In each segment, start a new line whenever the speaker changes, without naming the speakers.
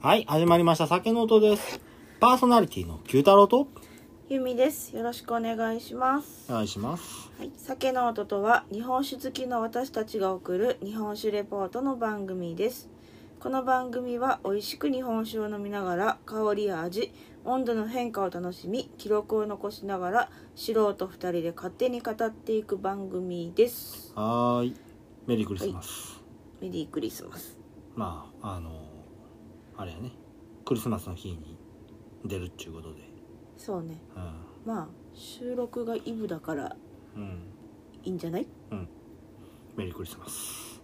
はい、始まりました。酒の音です。パーソナリティの九太郎と、
ゆみです。よろしくお願いします。
お願いします。
はい、酒の音とは日本酒好きの私たちが送る日本酒レポートの番組です。この番組は美味しく日本酒を飲みながら香りや味、温度の変化を楽しみ、記録を残しながら素人2人で勝手に語っていく番組です。
はーい。メリークリスマス。
メリークリスマス。
まあ、あのーあれやね。クリスマスの日に出るっちゅうことで。
そうね。
うん。
まあ、収録がイブだから
うん。
いいんじゃない
うん。メリークリスマス。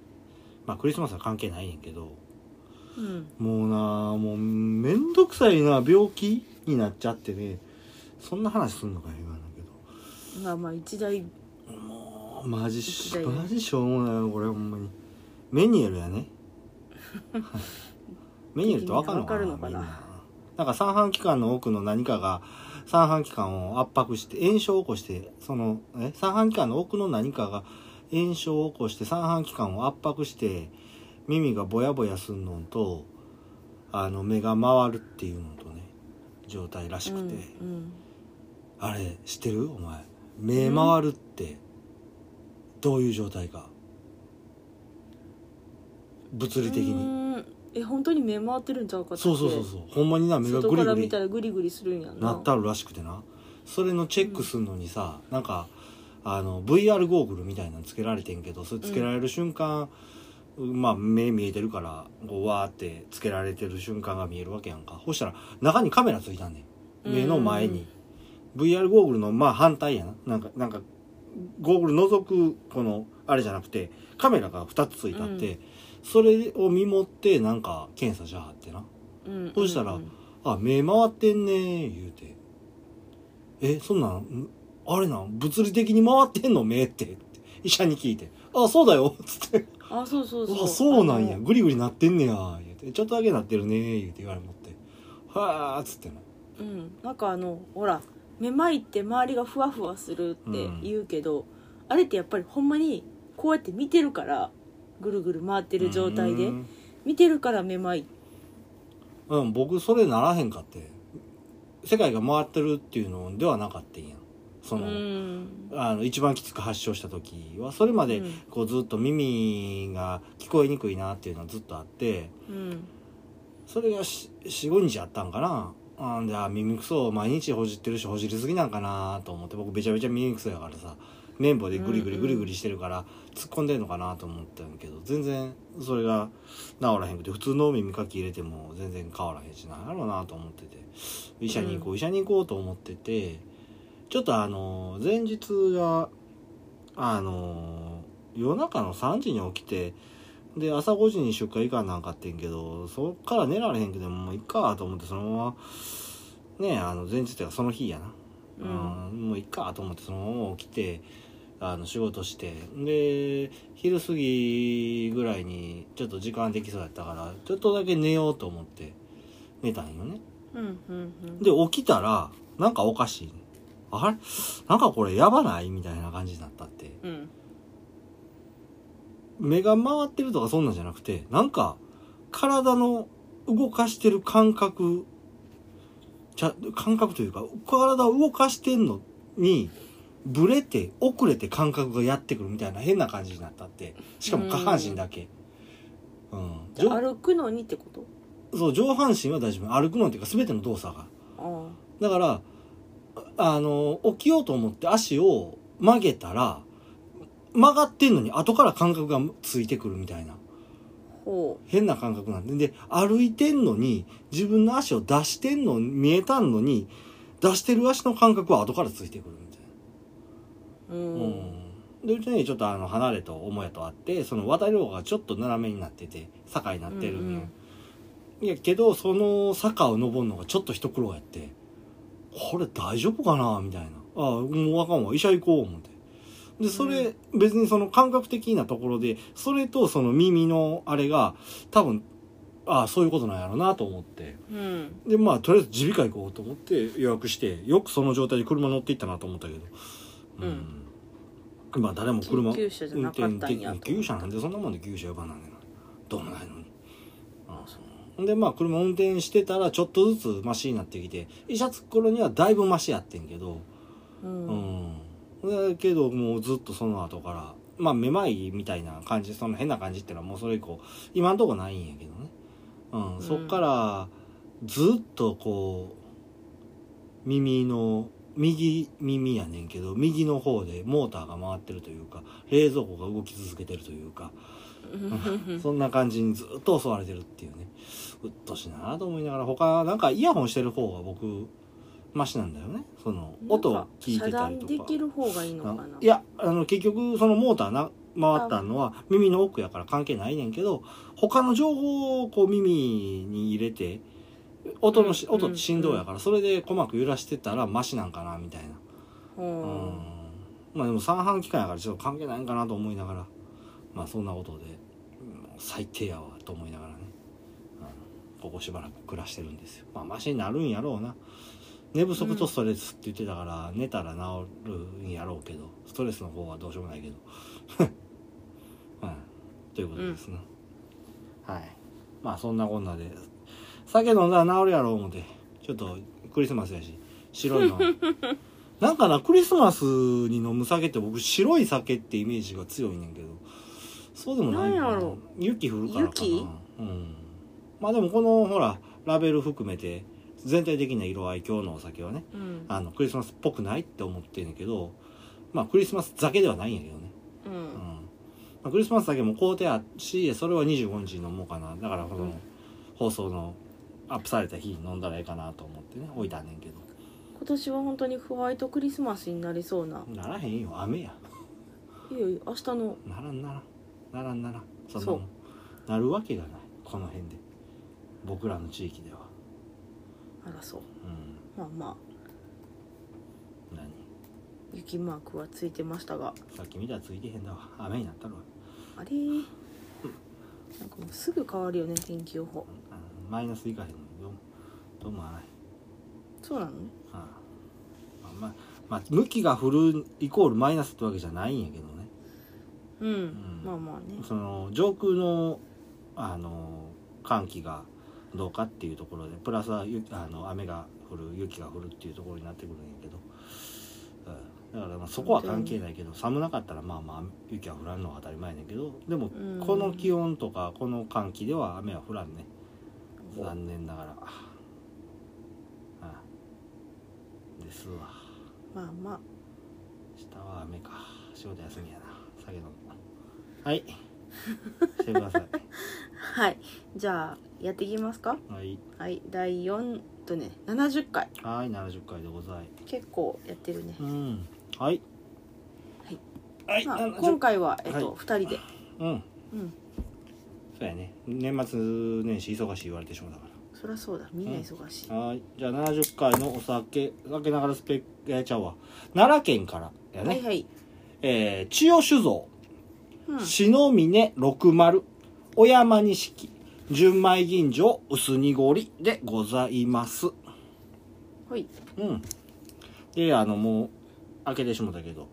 まあ、クリスマスは関係ないねんけど、
うん。
もうなあもうめんどくさいな、病気になっちゃってね。そんな話すんのかよ、今なんだけど。
まあまあ、一大、
もうマジし
一台ね
マジしょうもないわこれほんまにメニエルや ねメニエルってわかるのかな
わかるのかな
みんなんか三半規管の奥の何かが三半規管を圧迫して炎症を起こしてそのえ三半規管の奥の何かが炎症を起こして三半規管を圧迫して耳がぼやぼやすんのとあの目が回るっていうのとね状態らし
う
くて、
ん、うん。
あれ知ってるお前目回るってどういう状態か物理的
う
に
ーんえ本当に目回ってるんちゃうか
そうそうそうそうほんまにな目が
外
グ
か
リ
ら
グ
見
リ
たらグリグリするんやんな
なったるらしくてなそれのチェックするのにさ、なんかあの VR ゴーグルみたいなのつけられてんけどそれつけられる瞬間、まあ目見えてるからこうわーってつけられてる瞬間が見えるわけやんかそしたら中にカメラついたんねん目の前に、VR ゴーグルのまあ反対やななんかなんかゴーグル覗くこのあれじゃなくてカメラが2つついてあって、
う
それを見守ってなんか検査じゃはってな
うん、うん
そうしたら
うん
あ、目回ってんねー、言うて。え、そんなん、んあれなん、物理的に回ってんの目って。って医者に聞いて。あ、そうだよ、つって。
あそうそうそう
あ、そうなん
あ
や。
の
グリグリなってんねや、言うて。ちょっとだけなってるねー、言うて言われもって。はー、つってな。
うんなんかあのほらめまいって周りがふわふわするって言うけど、あれってやっぱりほんまにこうやって見てるからぐるぐる回ってる状態で
うん
見てるからめまい
うん、僕それならへんかって。世界が回ってるっていうのではなかったんやん。その、
うん
あの一番きつく発症した時はそれまで
うん
こうずっと耳が聞こえにくいなっていうのはずっとあって
うん
それがし45日あったんかなあんであ耳くそを毎日ほじってるしほじりすぎなんかなと思って僕べちゃべちゃ耳くそやからさ綿棒でグリグリグリグリしてるから突っ込んでんのかなと思ったんやけど全然それが治らへんくて普通の耳かき入れても全然変わらへんしなんやろうなと思ってて医者に行こう医者に行こうと思っててちょっとあの前日があの夜中の3時に起きてで朝5時に出荷いかんなんかってんけどそっから寝られへんけどもういっかと思ってそのままねあの前日というかその日やな、
うん
うんもういっかと思ってそのまま起きてあの仕事してで昼過ぎぐらいにちょっと時間できそうやったからちょっとだけ寝ようと思って寝たんよね
うんうんうん
で起きたらなんかおかしいねあれなんかこれやばないみたいな感じになったって
うん
目が回ってるとかそんなんじゃなくて、なんか、体の動かしてる感覚、ちゃ、感覚というか、体を動かしてんのに、ブレて、遅れて感覚がやってくるみたいな変な感じになったって。しかも下半身だけ。うん。
じゃ
上
あ歩くのにってこと
そう、上半身は大丈夫。歩くのっていうか全ての動作が。
あ
だから、ああの、起きようと思って足を曲げたら、曲がってんのに後から感覚がついてくるみたいな。
あほ
変な感覚なんで。で、歩いてんのに、自分の足を出してんの、見えたんのに、出してる足の感覚は後からついてくるみたいうな。
うん、
うん。で、うちね、ちょっとあの、離れと母屋とあって、その渡り廊がちょっと斜めになってて、坂になってるんよ。いや、けど、その坂を登るのがちょっと一苦労やって、これ大丈夫かなみたいな。ああ、もうあかんわ。医者行こう、思って。で、それ、別にその感覚的なところで、それとその耳のあれが、多分、ああ、そういうことなんやろうなと思って。
うん
で、まあ、とりあえず耳鼻科行こうと思って予約して、よくその状態で車乗っていったなと思ったけど。うん。まあ、誰も車、
救急車じゃなかったんやと思った
運転でき救急車なんでそんなもんで救急車呼ばんなんねんな。どうもないのに。ああ、そう。ほんでまあ車運転してたらちょっとずつマシになってきて医者つく頃にはだいぶマシやってんけど
う
うんん、だけどもうずっとその後からまあめまいみたいな感じその変な感じっていうのはもうそれ以降今んとこないんやけどね、うん
うん
そっからずっとこう耳の右耳やねんけど右の方でモーターが回ってるというか冷蔵庫が動き続けてるというかそんな感じにずっと襲われてるっていうねうっとしいなと思いながら他なんかイヤホンしてる方が僕マシなんだよねその音を聞いてたり
なんか遮断
と
で
か
きる方がいいのかな。
いやあの結局そのモーターな回ったのは耳の奥やから関係ないねんけど他の情報をこう耳に入れて音のし、
うん
音って振動やから、それで鼓膜揺らしてたらマシなんかなみたいな
う
うんんまあでも三半規管やからちょっと関係ないんかなと思いながらまあそんなことでうん最低やわと思いながらね、うんここしばらく暮らしてるんですよまあマシになるんやろうな寝不足とストレスって言ってたから、寝たら治るんやろうけどストレスの方はどうしようもないけど うんということですね、はいまあそんなこんなで酒飲んだら治るやろう思ってちょっとクリスマスやし白い のなんかなクリスマスに飲む酒って僕白い酒ってイメージが強いねんけどそうでもないか
なんやろ
雪降るからかな
雪
うん、まあでもこのほらラベル含めて全体的な色合い今日のお酒はね
うん
あのクリスマスっぽくないって思ってんねんけどまあクリスマス酒ではないんやけどね
う
うん
ん
まあ、クリスマスだけも工程あっしそれは25日に飲もうかなだからこの、
うん
放送のアップされた日に飲んだらええかなと思ってね置いたんねんけど
今年は本当にホワイトクリスマスになりそうな。
ならへんよ雨や
いよいよ明日の
ならんならんならんならんそんな
そ
も
うん
なるわけがないこの辺で僕らの地域では
あらそう。
うん
まあまあ
何
雪マークはついてましたが、
さっき見たらついてへんだわ雨になったろ
あれー。なんかもうすぐ変わるよね天気予報。
あのマイナスいかへんのよどうもない
そうなのね。
ああまあまあ向きが振るイコールマイナスってわけじゃないんやけどね
うん、
ん
まあまあね。
その上空のあの寒気がどうかっていうところでプラスはゆあの雨が降る雪が降るっていうところになってくるんやけど、うん、だからまあそこは関係ないけど寒なかったらまあまあ雪は降らんのは当たり前やねんけどでも
うん
この気温とかこの寒気では雨は降らんね
お
残念ながらああですわ
まあまあ
下は雨か仕事休みやな酒飲むはい してください
はい。じゃあやっていきますか。
はい、
はい第四とね70回
はい、70回でござい。
結構やってるね。
うん、はい。はい、
まあ、
70
今回は、えっと
はい
二人で、
うん、
うん、
そうやね。年末年始忙しい言われてしまうだか
そりゃそうだみんな忙しい、
ら。はい、じゃあ70回のお酒、酒ながらスペック、えー、ちゃうわ。奈良県からやね。
はいはい、
えー、千代酒造、
うん、
篠峰六丸、小山錦、純米吟醸、薄濁りでございます。
ほい
うん。で、あの、もう、開けてしもたけど、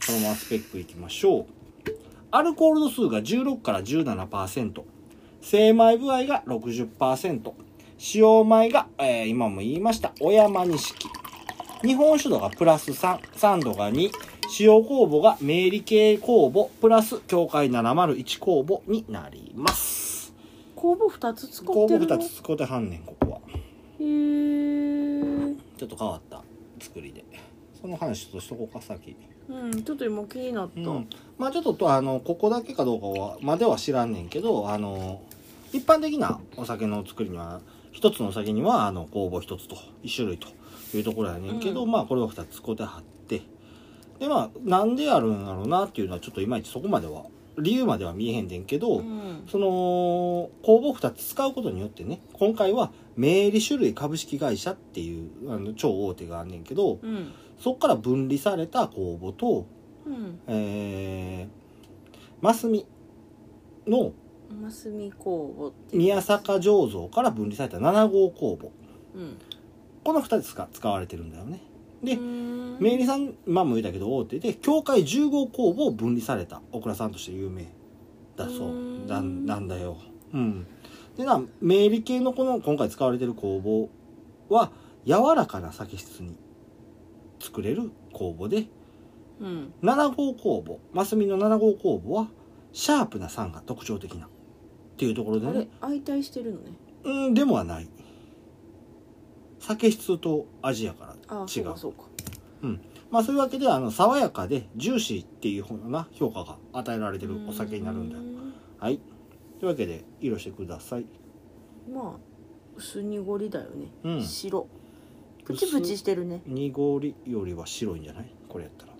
そのままスペックいきましょう。アルコール度数が16から17%、精米部合が60%、使用米が、えー今も言いました、小山錦。日本酒度がプラス3、酸度が2、使用酵母が明理系酵母、プラス境界701酵母になります。
酵母二つ使っ
酵
て
母
るの
2
へ
つ使うてはんねん、ここは。
え
ちょっと変わった作りでその話ちょっとしとこうか先、
うんちょっと今気になった、
うん、まあちょっととあのここだけかどうかはまでは知らんねんけどあの一般的なお酒の作りには一つのお酒にはあの酵母一つと一種類というところやねんけど、
うん
まあこれを二つこうで貼ってでまあなんでやるんだろうなっていうのはちょっといまいちそこまでは理由までは見えへんねんけど、
うん
その酵母2つ使うことによってね今回は明理種類株式会社っていうあの超大手があんねんけど
うん
そこから分離された酵母と、
うん
えー、マスミの
マスミ酵母っていう
宮坂醸造から分離された7号酵母
うん
この2つが使われてるんだよね。で
うん
明理さん今も言ったけど大手で教会10号工房を分離された小倉さんとして有名だそう
うーん
なんなんだよ。うん、でな明理系のこの今回使われてる工房は柔らかな酒質に作れる工房で
うん
7号工房マスミの7号工房はシャープな酸が特徴的なっていうところで
あ
ね
れ相対してるのね
うんでもはない酒質と味やから
ああ
違
そううかそうか
まあそういうわけであの爽やかでジューシーっていうふうな評価が与えられてるお酒になるんだよ
う
はいというわけで色してください
んまあ薄濁りだよね、
うん
白プチプチしてるね
濁りよりは白いんじゃないこれやったら、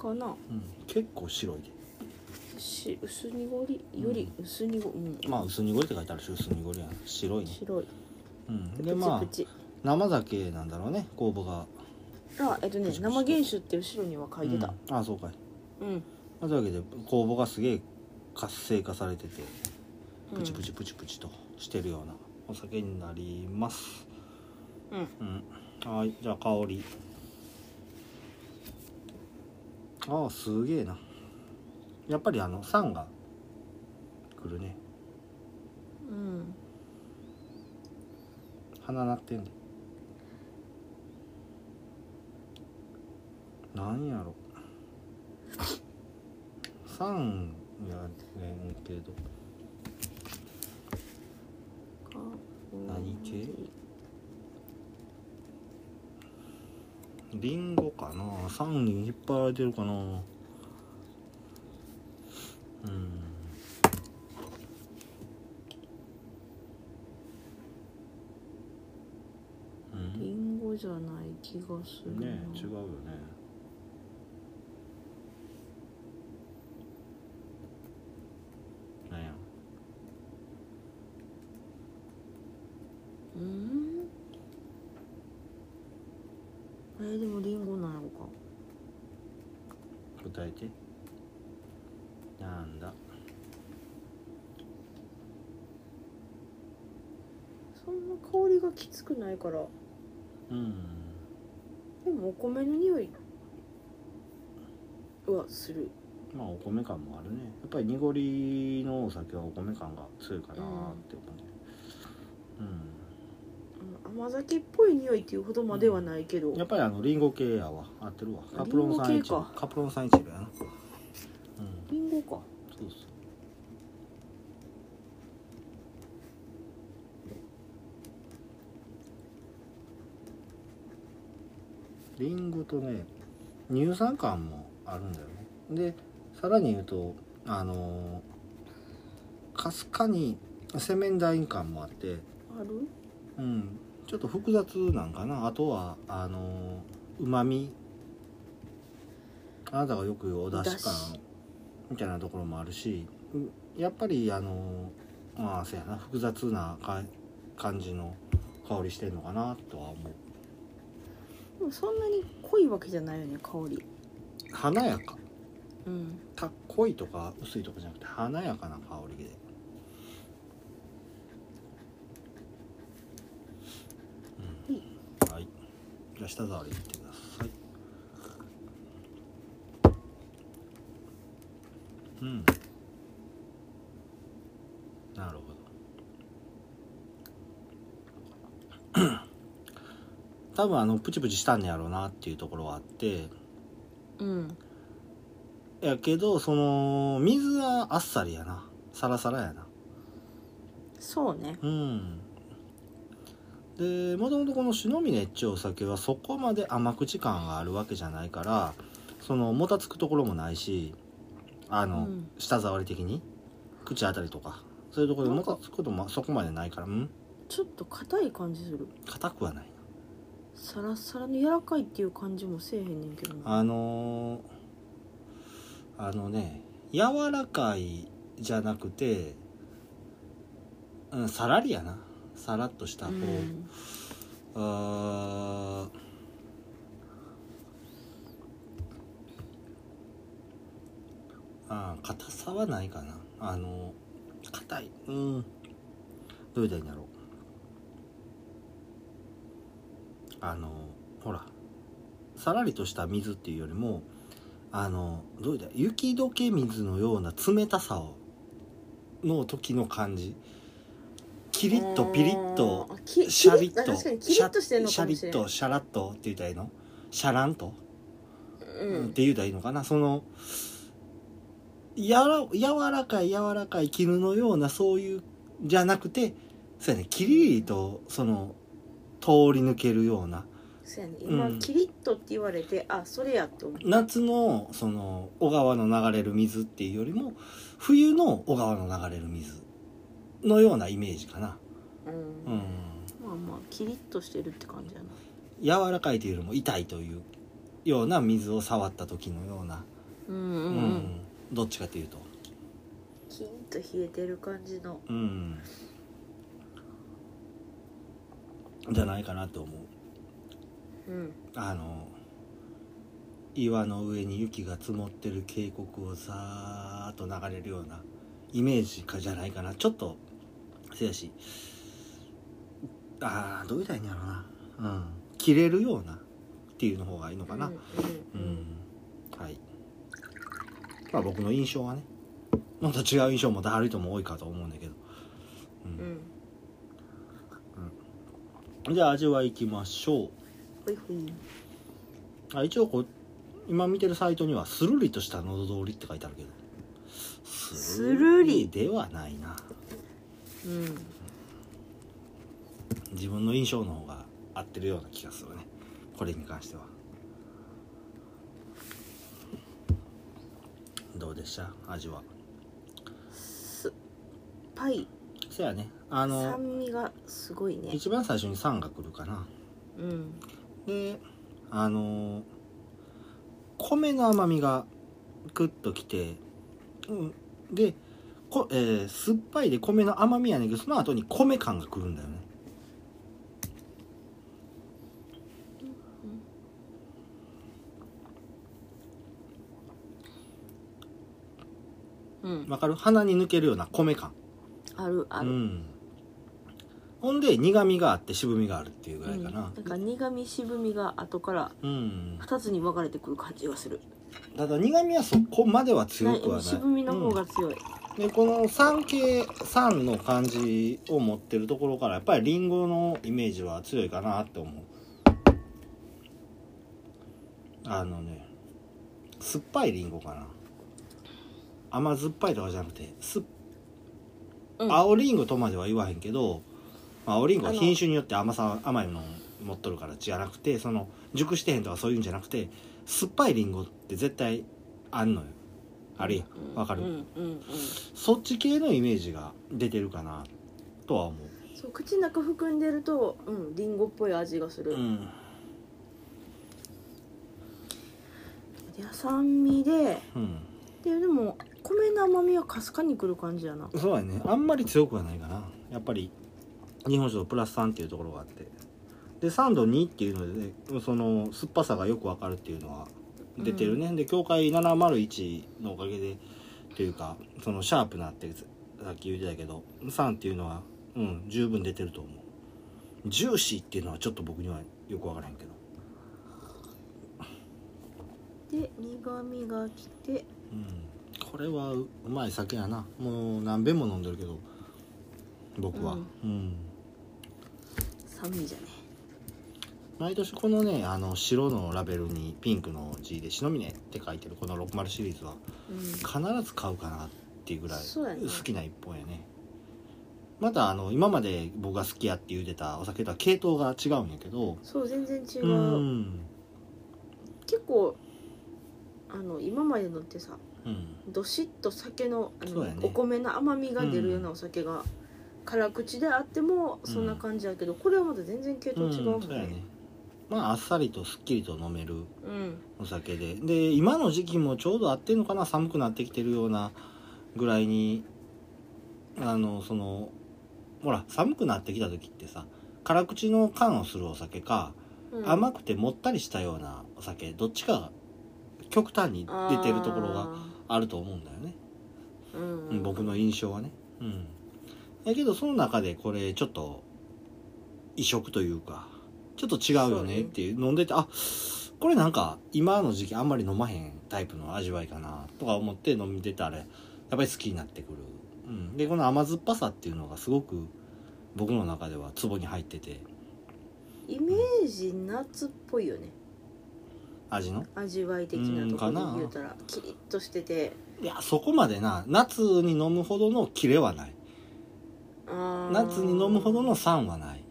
かな
うん、結構白いで
し薄濁りより薄濁うん、
まあ薄濁りって書いてあるし薄濁りは白いね、
白い
うん、
プ
で
チ
ま
プ
あ
チ、
生酒なんだろうね酵母が
あえっとね
プチプチ
生原酒って後ろには書いてた
うんああそうかい、
うん、
まあ、というわけで酵母がすげえ活性化されてて
うん
プチプチプチプチとしてるようなお酒になります
うん
うんはいじゃあ香りああすげえなやっぱりあの酸がくるね
うん
鼻鳴ってんでなんやろ酸やねんけど
か
何系リンゴかな酸に引っ張られてるかなうんうん
リンゴじゃない気がするな
ね違うよねなんや
うんえーでもリンゴなのか
答えてなんだ
そんな香りがきつくないから
うん
でもお米の匂いはする
まあお米感もあるねやっぱり濁りのお酒はお米感が強いかなって思うね
うん甘酒っぽい匂いっていうほどまではないけど、
うんやっぱりあのリンゴ系やわ合ってるわカプロンさん
リン
一
ゴ系
部
か
カプロンさん一部やなうん
リンゴか
そうそうリンゴとね乳酸感もあるんだよねでさらに言うとあのーかすかにセメンダイン感もあって
ある
うんちょっと複雑なんかなあとはあのうまみあなたがよく言うお出
だ
汁
し
感みたいなところもあるしうやっぱりあのまあそうやな複雑なか感じの香りしてんのかなとは思う
でもそんなに濃いわけじゃないよね香り
華やか
うん
た濃いとか薄いとかじゃなくて華やかな香りでうんはいじゃあ舌触りいってくださいうんなるほど 多分あのプチプチしたんねやろうなっていうところはあって
うん
やけどその水はあっさりやなサラサラやな
そうね
うんでもともとこの「み峰」っちゅうお酒はそこまで甘口感があるわけじゃないからそのもたつくところもないしあの、
うん
舌触り的に口あたりとかそういうところでもたつくこともそこまでないからうん
ちょっと硬い感じする
硬くはない
サラサラの柔らかいっていう感じもせえへんねんけどな
あのーあのね柔らかいじゃなくて、うん、さらりやなさらっとした
う
こう、
ん
あーあー硬さはないかなあの硬いうんどう言ったらいいんだろうあのほらさらりとした水っていうよりもあのどう言ったらいい雪解け水のような冷たさをの時の感じキリッとピリッと
あーき
シャリッ
キリ
と
確かにキリッとしてるのかもし
シャ
れ
リ
な
ッ
い
とシャラッとって言うたらいいのシャランと、
う
っ
ん
て言うたらいいのかなそのやら柔らかい柔らかい絹のようなそういうじゃなくてそうやねキリリとその通り抜けるような
そうやね今、
うん
キリッとって言われてあそれやって思う
夏のその小川の流れる水っていうよりも冬の小川の流れる水のようなイメージかな、
うん、
うん、
まあまあキリッとしてるって感じやな
柔らかいというよりも痛いというような水を触った時のような、
うんうんう、
うんどっちかというと、
キンと冷えてる感じの
うん、じゃないかなと思う
うん
あの岩の上に雪が積もってる渓谷をさーっと流れるようなイメージかじゃないかなちょっとせやしああどう言いたらいいんやろうなうん切れるようなっていうの方がいいのかな
うん
う、
うんん
はいまあ僕の印象はねもっと違う印象もだるい人も多いかと思うんだけど、
うん、う、
うんん、じゃあ味はいきましょう
ほいほい
あ一応こう今見てるサイトには「スルリとした喉通り」って書いてあるけどス
ルリ
ではないな
うん
自分の印象の方が合ってるような気がするねこれに関してはどうでした味は
酸っぱい
せやねあの
酸味がすごいね
一番最初に酸が来るかな
うん
であの米の甘みがグッときて、うん、でこ、えー酸っぱいで米の甘みやねんけどその後に米感がくるんだよね
うん
わかる鼻に抜けるような米感
あるあ
う
る、
んほんで苦みがあって渋みがあるっていうぐらいかな
うん、なんか苦味渋みが後から
うん、
二つに分かれてくる感じがする
ただ苦みはそこまでは強くは
な
ない
渋みの方が強い、
でこの酸系酸の感じを持ってるところからやっぱりリンゴのイメージは強いかなって思うあのね酸っぱいリンゴかな甘酸っぱいとかじゃなくて酸っ
うん
青リンゴとまでは言わへんけど、まあ、青リンゴは品種によって甘さ甘いのを持っとるからじゃなくてその熟してへんとかそういうんじゃなくて酸っぱいリンゴって絶対あんのよあるやんわかる、
うんうんうん
そっち系のイメージが出てるかなとは思う、
そう口の中含んでるとうんリンゴっぽい味がする、
ん、
いや酸味で
うん、
ででも米の甘みはかすかにくる感じやな
そうやねあんまり強くはないかなやっぱり日本酒のプラス3っていうところがあってで3度2っていうので、ね、その酸っぱさがよくわかるっていうのは出てるね、で教会701のおかげでというかそのシャープなってさっき言ってたけど3っていうのはうん十分出てると思うジューシーっていうのはちょっと僕にはよくわからへんけど
で苦みがきて
うん、これはううまい酒やなもう何べんも飲んでるけど僕は、
う
うんん
酸味じゃね
毎年このねあの白のラベルにピンクの字で「しのみね」って書いてるこの60シリーズは
う
必ず買うかなっていうぐらい
そうやな
好きな一本やねまたあの今まで僕が好きやって言うてたお酒とは系統が違うんやけど
んそう全然違う、
うん
結構あの今までのってさ
うん
どしっと酒のあ
そ
の、
うやね
お米の甘みが出るようなお酒が、辛口であってもそんな感じやけど、これはまた全然系統違うもん
ん、そうやね
ね
まああっさりとすっきりと飲める
うん
お酒でで今の時期もちょうど合ってるのかな寒くなってきてるようなぐらいにあのそのほら寒くなってきた時ってさ辛口の缶をするお酒か、
うん
甘くてもったりしたようなお酒どっちかが極端に出てるところがあると思うんだよね、
あー、うん
うん僕の印象はねうんだけどその中でこれちょっと異色というかちょっと違うよねっていう飲んでてあこれなんか今の時期あんまり飲まへんタイプの味わいかなとか思って飲み出たらやっぱり好きになってくる、うん、でこの甘酸っぱさっていうのがすごく僕の中では壺に入ってて
イメージ夏っぽいよね
味の
味わい的なとこ
うんか
ろ
な
で言うたらキリッとしてて
いやそこまでな夏に飲むほどのキレはない
あー
夏に飲むほどの酸はない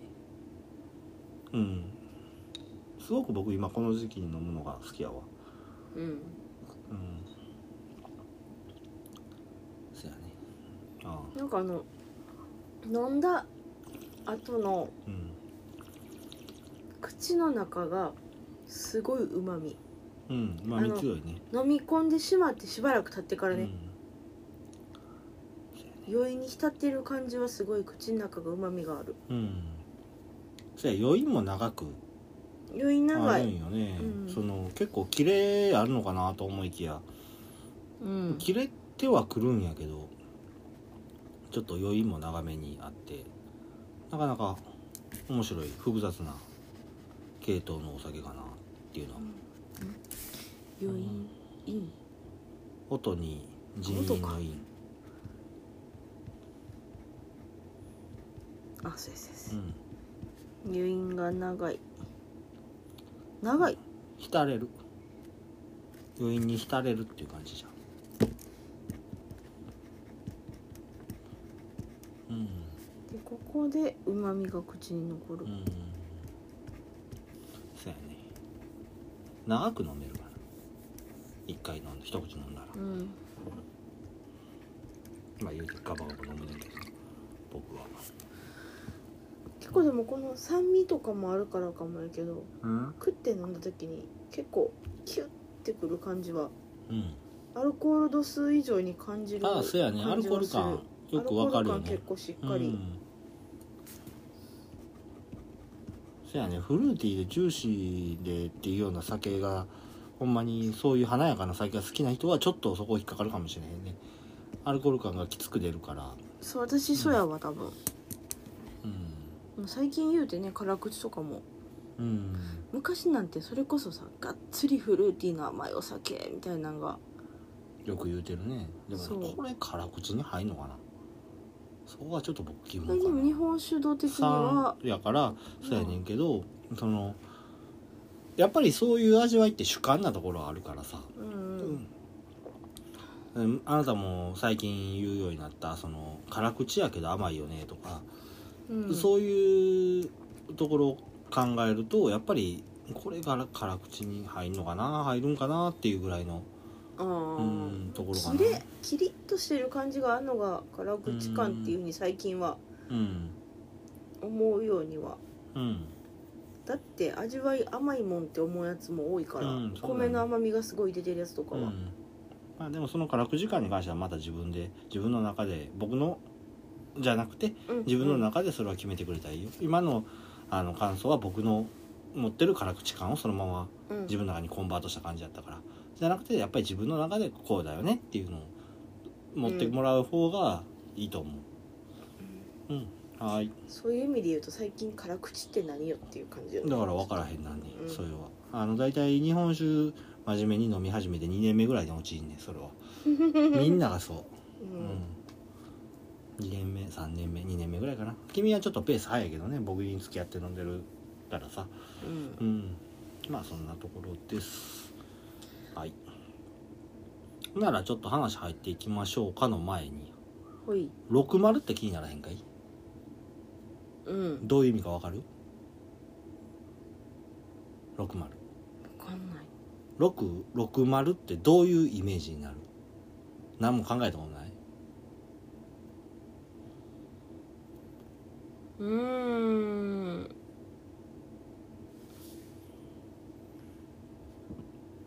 うんすごく僕今この時期に飲むのが好きやわ
うん
うんそやねああ
なんかあの飲んだ後の
うん
口の中がすごいうまみ
うんまあ
あの
3強いね
飲み込んでしまってしばらく経ってか
う
ら
ん
ね、余韻に浸ってる感じはすごい口の中がうまみがある
うんそや余韻も長く
余韻
あ
長
る
い
んよね、
うん
その結構キレあるのかなと思いきや
うん
切れてはくるんやけどちょっと余韻も長めにあってなかなか面白い複雑な系統のお酒かなっていうのは
余韻いい
音に人員の韻
あそうですそうです
うん
余韻が長い長い
浸れる余韻に浸れるっていう感じじゃんうん
でここでうまみが口に残る、
うんそうやね長く飲めるから一回飲んで一口飲んだら
うん、
まあ言うてガバガバ飲むねんけど僕は
結構でもこの酸味とかもあるからかもやけど
うん
食って飲んだ時に結構キュッてくる感じは
うん
アルコール度数以上に感じる
ああそうやねアルコール感よくわかるよ
アルコール感
ね
結構しっかり、
うんそうやねフルーティーでジューシーでっていうような酒がほんまにそういう華やかな酒が好きな人はちょっとそこ引っかかるかもしれへんねアルコール感がきつく出るから
そう私そうやわ多分、
う
もう最近言うてね辛口とかも
んうん
昔なんてそれこそさがっつりフルーティーな甘いお酒みたいなのが
よく言うてるねで
そう
もこれ辛口に入んのかなそこはちょっと僕疑
で
問か
も日
な
本酒道的には
酸やからそうやねんけど、そのやっぱりそういう味わいって主観なところはあるからさ、
う
うんんうんあなたも最近言うようになったその辛口やけど甘いよねとか、
うん、
そういうところを考えるとやっぱりこれから辛口に入んのかな入るんかなっていうぐらいの、
あ
う
ー
ん、ところか
キ
な。
レキリッとしてる感じがあるのが辛口感っていうふうに最近は
うん
思うようには
うん
だって味わい甘いもんって思うやつも多いから、
うんそうだね
米の甘みがすごい出てるやつとかは、
うんまあ、でもその辛口感に関してはまた自分で自分の中で僕のじゃなくて
うん
自分の中でそれは決めてくれたらいいよ、今のあの感想は僕の持ってる辛口感をそのまま
うん
自分の中にコンバートした感じだったからじゃなくてやっぱり自分の中でこうだよねっていうのを持ってもらう方がいいと思ううん、はーい
そういう意味で言うと最近辛口って何よっていう感じよね
だから分からへんなんに、
うん
それはあの大体日本酒真面目に飲み始めて2年目ぐらいで陥んねんそれ はみんながそう
う
うん、
ん
2年目3年目2年目ぐらいかな君はちょっとペース早いけどね僕に付き合って飲んでるからさ
うん
うんまあそんなところですはいならちょっと話入っていきましょうかの前に
ほい
60って気にならへんかい
うん
どういう意味かわかる ?60
分かんない
6 60ってどういうイメージになる何も考えたことないう
ーん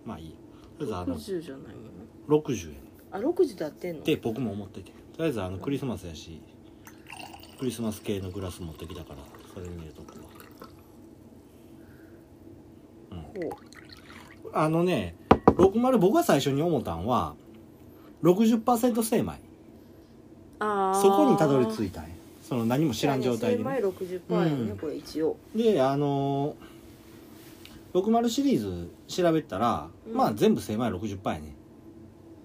まあいいやとりあえずあの
60じゃないもんね
60やね
あ60で合ってんの
って僕も思っててとりあえずあのクリスマスやしクリスマス系のグラス持ってきたからそれに入れとくわ
ほ
あのね60僕が最初に思ったんは60%精米
うあー
そこにたどり着いたんやその何も知らん状態で、
精
ね、
米60%やもんね、
うん
これ一応
であのー60シリーズ調べたら、
うん
まあ全部精米60%やね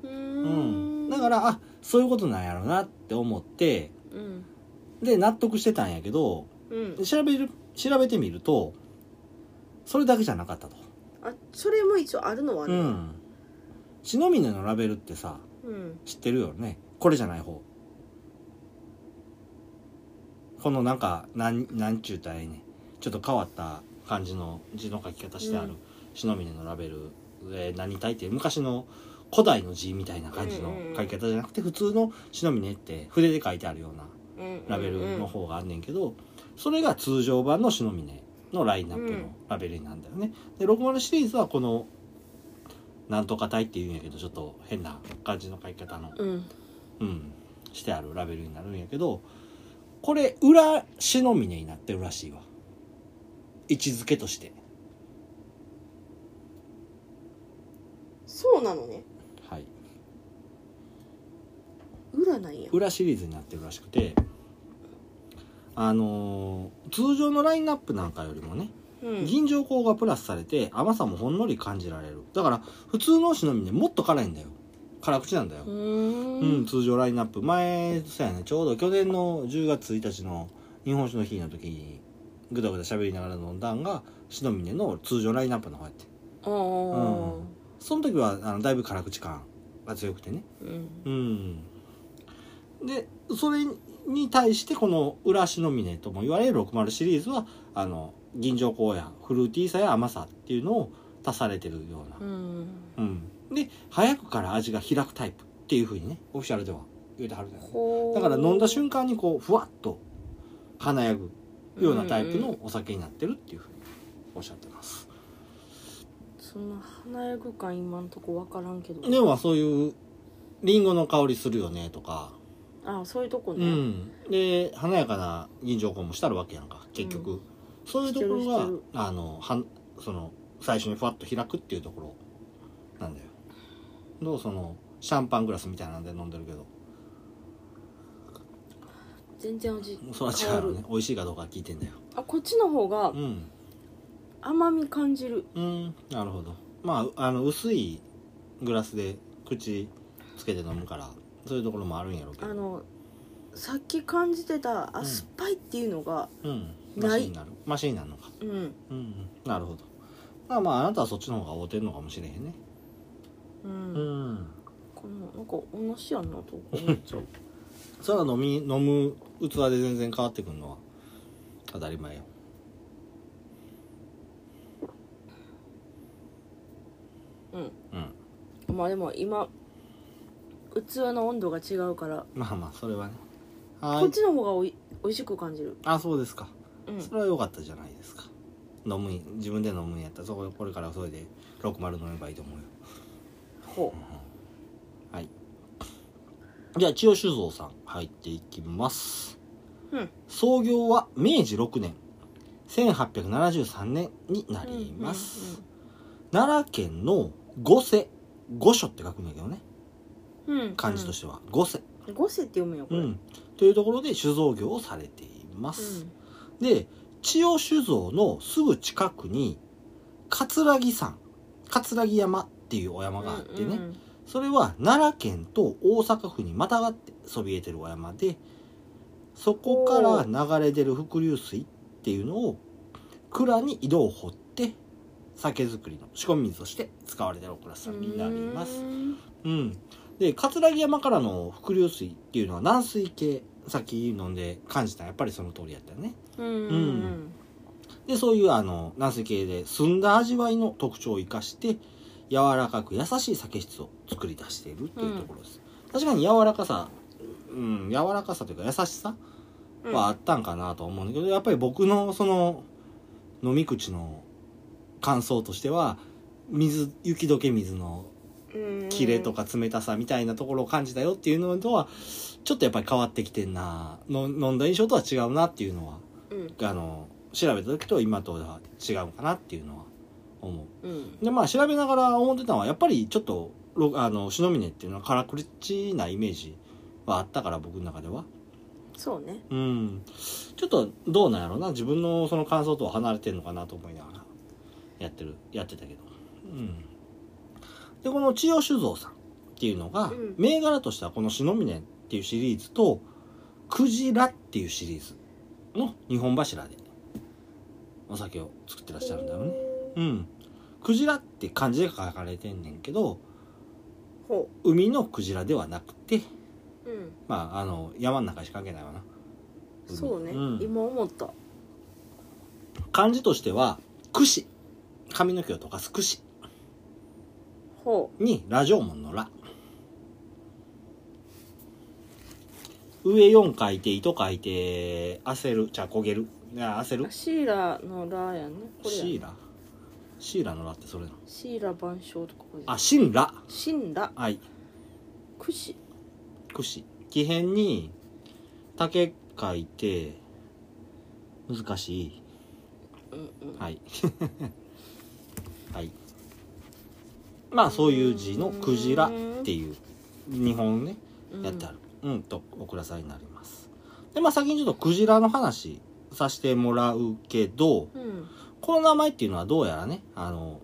うー
うんんだからあそういうことなんやろなって思って
うん
で納得してたんやけど
うん
で調べる調べてみるとそれだけじゃなかったと、
あそれも一応あるのは
う
ね
ん血のみねのラベルってさ
うん
知ってるよねこれじゃない方このなんかなんなんちゅうたらいいねんちょっと変わった感じの字の書き方してあ
う
る
ん
「のみねのラベル」えー何体って昔の古代の字みたいな感じの
うんうんうん
書き方じゃなくて普通の「のみねって筆で書いてあるような
うん
ラベルの方があんねんけどそれが通常版の「のみねのラインナップ
うん
のラベルなんだよね。で60シリーズはこのなんとか体っていうんやけどちょっと変な感じの書き方の
うん
うん、してあるラベルになるんやけどこれ裏篠峰になってるらしいわ位置づけとして
そうなのね
はい
裏なんや
裏シリーズになってるらしくてあのー通常のラインナップなんかよりもね
うん
銀条香がプラスされて甘さもほんのり感じられるだから普通の篠峰もっと辛いんだよ辛口なんだよ
うー
うん、
ん
通常ラインナップ前そうやねちょうど去年の10月1日の日本酒の日の時にぐだぐだ喋りながら飲んだんがシノミネの通常ラインナップの方やって
ああ
その時はあのだいぶ辛口感が強くてね
うん
うんでそれに対してこの裏シノミネとも言われる60シリーズはあの銀条香やフルーティーさや甘さっていうのを足されてるような
うん
うん、で早くから味が開くタイプっていうふうにねオフィシャルでは言うてはるじゃない
ほ
だから飲んだ瞬
間
間にこうふわっと華やぐようなタイプのお酒になってるっていうふうにおっしゃってます、
そんな華やぐ感今んとこわからんけど
ではそういうリンゴの香りするよねとか、
あそういうとこ
う
ね
ん、で華やかな銀条香もしたるわけやんか結局、
うん
そういうところ
して
が
るし
あのはんその最初にふわっと開くっていうところなんだよどうそのシャンパングラスみたいなんで飲んでるけど
全然味
それは違うよね美味しいかどうかは聞いてんだよ
あこっちの方が
うん
甘み感じる
うんなるほどまああの薄いグラスで口つけて飲むからそういうところもあるんやろうけ
あ
ど
のさっき感じてた
う
あ
ん
酸っぱいっていうのが
うん
な
マ
い
シになるマシになるのか
うん
うん、うん、なるほどまあまああなたはそっちの方が合うてんのかもしれへんね
う、
うんん
このなんか同じやんなと思っちゃう
それは飲み飲む器で全然変わってくるのは当たり前よ
うん
うん
まあでも今器の温度が違うから
まあまあそれはねは
こっ
い
ちの方がおい美味しく感じる
あそうですか
うん
それは良かったじゃないですか飲むん自分で飲むんやったらそここれからそれで60飲めばいいと思うよ
ほ
はいじゃあ千代酒造さん入っていきます
ううん
創業は明治6年1873年になります、奈良県の五瀬五所って書くんだけどね
うんうんうん
漢字としては五瀬、
て五世って読むよこ
う
れ
んというところで酒造業をされています、で千代酒造のすぐ近くに葛城山葛城山っていうお山があってね、
うん
それは奈良県と大阪府にまたがってそびえてるお山でそこから流れ出る伏流水っていうのを蔵に井戸を掘って酒造りの仕込み水として使われてるお蔵さんになります
う。ん
うん、で葛城山からの伏流水っていうのは軟水系さっき飲んで感じたやっぱりその通りやったよね。
うん
う
うんん
でそういうあの軟水系で澄んだ味わいの特徴を生かして柔らかく優しい酒質を作り出しているっていうところです、確かに柔らかさうん柔らかさというか優しさ
うん
はあったんかなと思うんだけど、やっぱり僕のその飲み口の感想としては水雪解け水の
うん
キレとか冷たさみたいなところを感じたよっていうのとはちょっとやっぱり変わってきてんなの飲んだ印象とは違うなっていうのは
うん
あの調べた時と今とは違うかなっていうのは思
うん
うでまあ調べながら思ってたのはやっぱりちょっとろあのシノミネっていうのは辛口なイメージはあったから僕の中では
そうね
うんちょっとどうなんやろうな自分のその感想とは離れてんのかなと思いながらやってるやってたけどうんでこの千代酒造さんっていうのが、
うん
銘柄としてはこの「シノミネ」っていうシリーズとクジラっていうシリーズの日本柱でお酒を作ってらっしゃるんだよねうんクジラって漢字で書かれてんねんけど
ほ
海のクジラではなくて
ううん
まああの山の中しか書けないわな海
そうね、
ん
今思った
漢字としては「くし」髪の毛を溶かす「くし
ほ」
に「ラジオ門の「ラ」上4書いて「糸」書いて「焦る」じゃあ焦げる」いや焦
う
る
あシーラのラやねこれや
シーラシーラの「ラ」ってそれなの
シーラ万象とかこれ
あ「シンラ
シンラ」
はい
クシ
「くし」木片に「竹」書いて難しい
うんうん
はい。 はい。まあそういう字のクジラっていう日本ね、
うん
やってある。うん、とおくらさいになります。で、まあ先にちょっとクジラの話させてもらうけど、
うん
この名前っていうのはどうやらね、あの、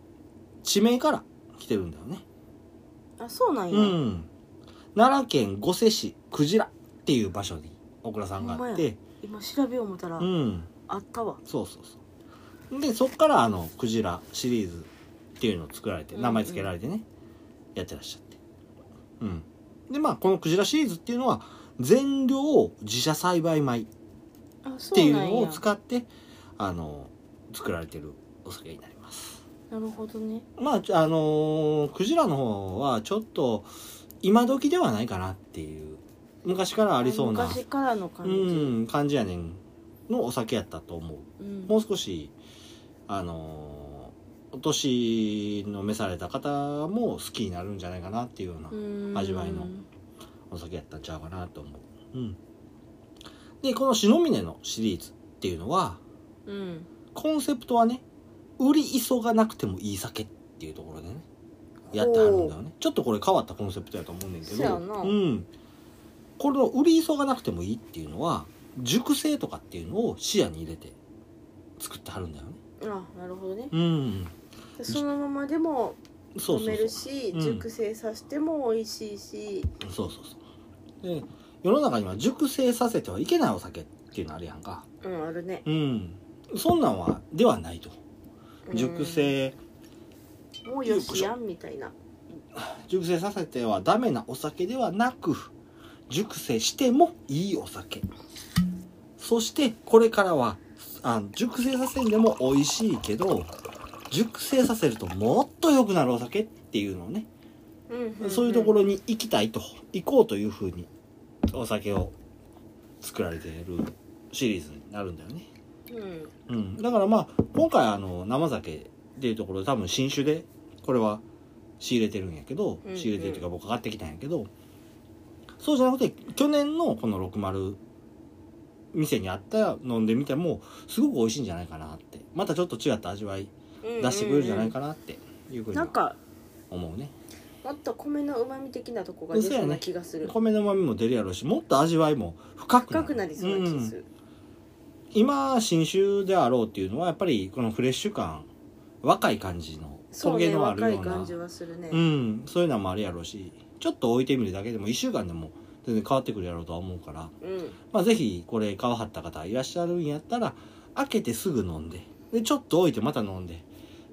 地名から来てるんだよね。
あそうなんや、
うん。奈良県御所市クジラっていう場所に小倉さんがあっ
ほんまや
て、
今調べよう思ったら、
うん。
あったわ
そうそうそうでそっからあのクジラシリーズっていうのを作られて
うんうん
名前付けられてね、やってらっしゃってうんでまあこのクジラシリーズっていうのは全量を自社栽培米っ
あそ
ていうう
なん
のを
や
使ってあの作られてるお酒になります
なるほどね
まあちょあのークジラの方はちょっと今時ではないかなっていう昔からありそうな
昔からの感じ、
うん感じやねんのお酒やったと思う
うん
もう少しあのーお年の召された方も好きになるんじゃないかなっていうような
うん
味わいのお酒やったんちゃうかなと思う、うん、でこの「篠峰」のシリーズっていうのは
うん
コンセプトはね売り急がなくてもいい酒っていうところでねやってはるんだよねちょっとこれ変わったコンセプトやと思うねんだけ
そ
ど
やな
うん、これの売り急がなくてもいいっていうのは熟成とかっていうのを視野に入れて作ってはるんだよね
あなるほどね
うん
でそのままでも
そうそ
飲
う
め
そう
る
そ
し
うん
熟成させても美味しいし、
うそうそうで世の中には熟成させてはいけないお酒っていうのあるやんか
うんあるね
うんそんなんはではないと
うん
熟成
もうよしやんみたいな
熟成させてはダメなお酒ではなく熟成してもいいお酒そしてこれからはあ熟成させんでも美味しいけど熟成させるともっと良くなるお酒っていうのをね
うんんん
そういうところに行きたいと行こうというふうにお酒を作られているシリーズになるんだよね、
うん
うん、だからまあ今回あの生酒っていうところで多分新酒でこれは仕入れてるんやけど
うんうん
仕入れてるというか僕が買ってきたんやけどそうじゃなくて去年のこの60店にあった飲んでみてもすごく美味しいんじゃないかなってまたちょっと違った味わい出してくれるんじゃない
な
かなっていうふうに
なん
は
か
思うね
もっと米のうまみ的なとこが出
そう
そ
や
うな
ね
気がする
米の旨味も出るやろうしもっと味わいも深くな
深
る
くなりそうな気がす
うん
る
今新酒であろうっていうのはやっぱりこのフレッシュ感若い感じの
そ
ト
う
ゲ
ね
のある
若
よ
いう
な
感じはするね
うん、そういうのもあるやろうしちょっと置いてみるだけでも1週間でも全然変わってくるやろうとは思うから、
うん
まあ、ぜひこれ買わはった方いらっしゃるんやったら開けてすぐ飲んででちょっと置いてまた飲んで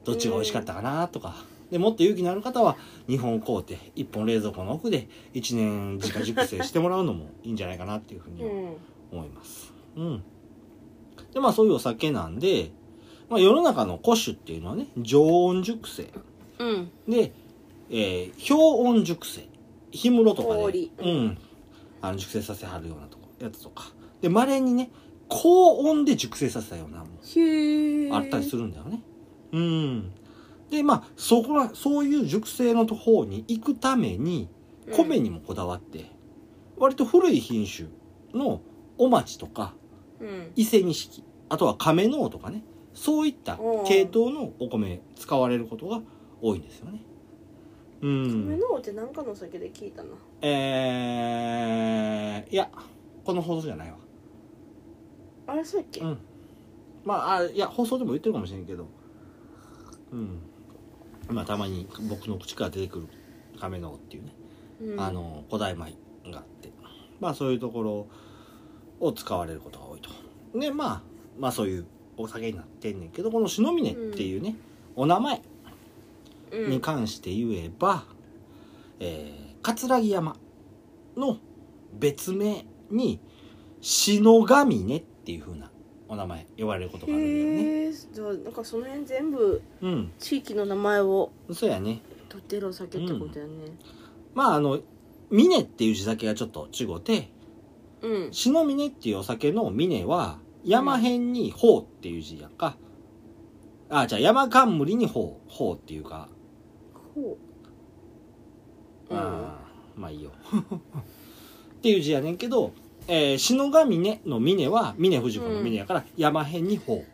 どっちが美味しかったかなとか、でもっと勇気のある方は2本買うて1本冷蔵庫の奥で1年自家熟成してもらうのもいいんじゃないかなっていうふうに
う
は
ん
思います。うん。で、まあそういうお酒なんで、まあ世の中の古酒っていうのはね、常温熟成。
うん
で、えー氷温熟成。氷室とかで
氷、
うん、あの熟成させはるようなとこ、やつとか。で、稀にね、高温で熟成させたようなも
へえ
の、あったりするんだよね。うん。で、まあ、そこら、そういう熟成の方に行くために、米にもこだわって、割と古い品種のお町とか、
うん
伊勢錦あとは亀の王とかねそういった系統のお米使われることが多いんですよねう
米
ん
の王って何かのお酒で聞いたな
えー、いやこの放送じゃないわ
あれそうやっけ
うんまああいや放送でも言ってるかもしれんけどうんまあたまに僕の口から出てくる亀の王っていうね
うん
あの古代米があってまあそういうところを使われることが多いとでまあまあそういうお酒になってんねんけどこのシノミネっていうね、お名前
うん
に関して言えば、えー葛城山の別名に篠神ねっていう風なお名前呼ばれることがあるんだよね
へえじゃあなんかその辺全部
うん
地域の名前を
そうやね
取ってるお酒ってことやね
まああの峰っていう地酒がちょっと違うて
うん
篠峰っていうお酒の峰は山辺に方っていう字やんか、あじゃあ山冠に方方っていうか
こううん
あーまあいいよっていう字やねんけど、えー、篠ヶ峰の峰は峰富士子の峰やから、山辺に方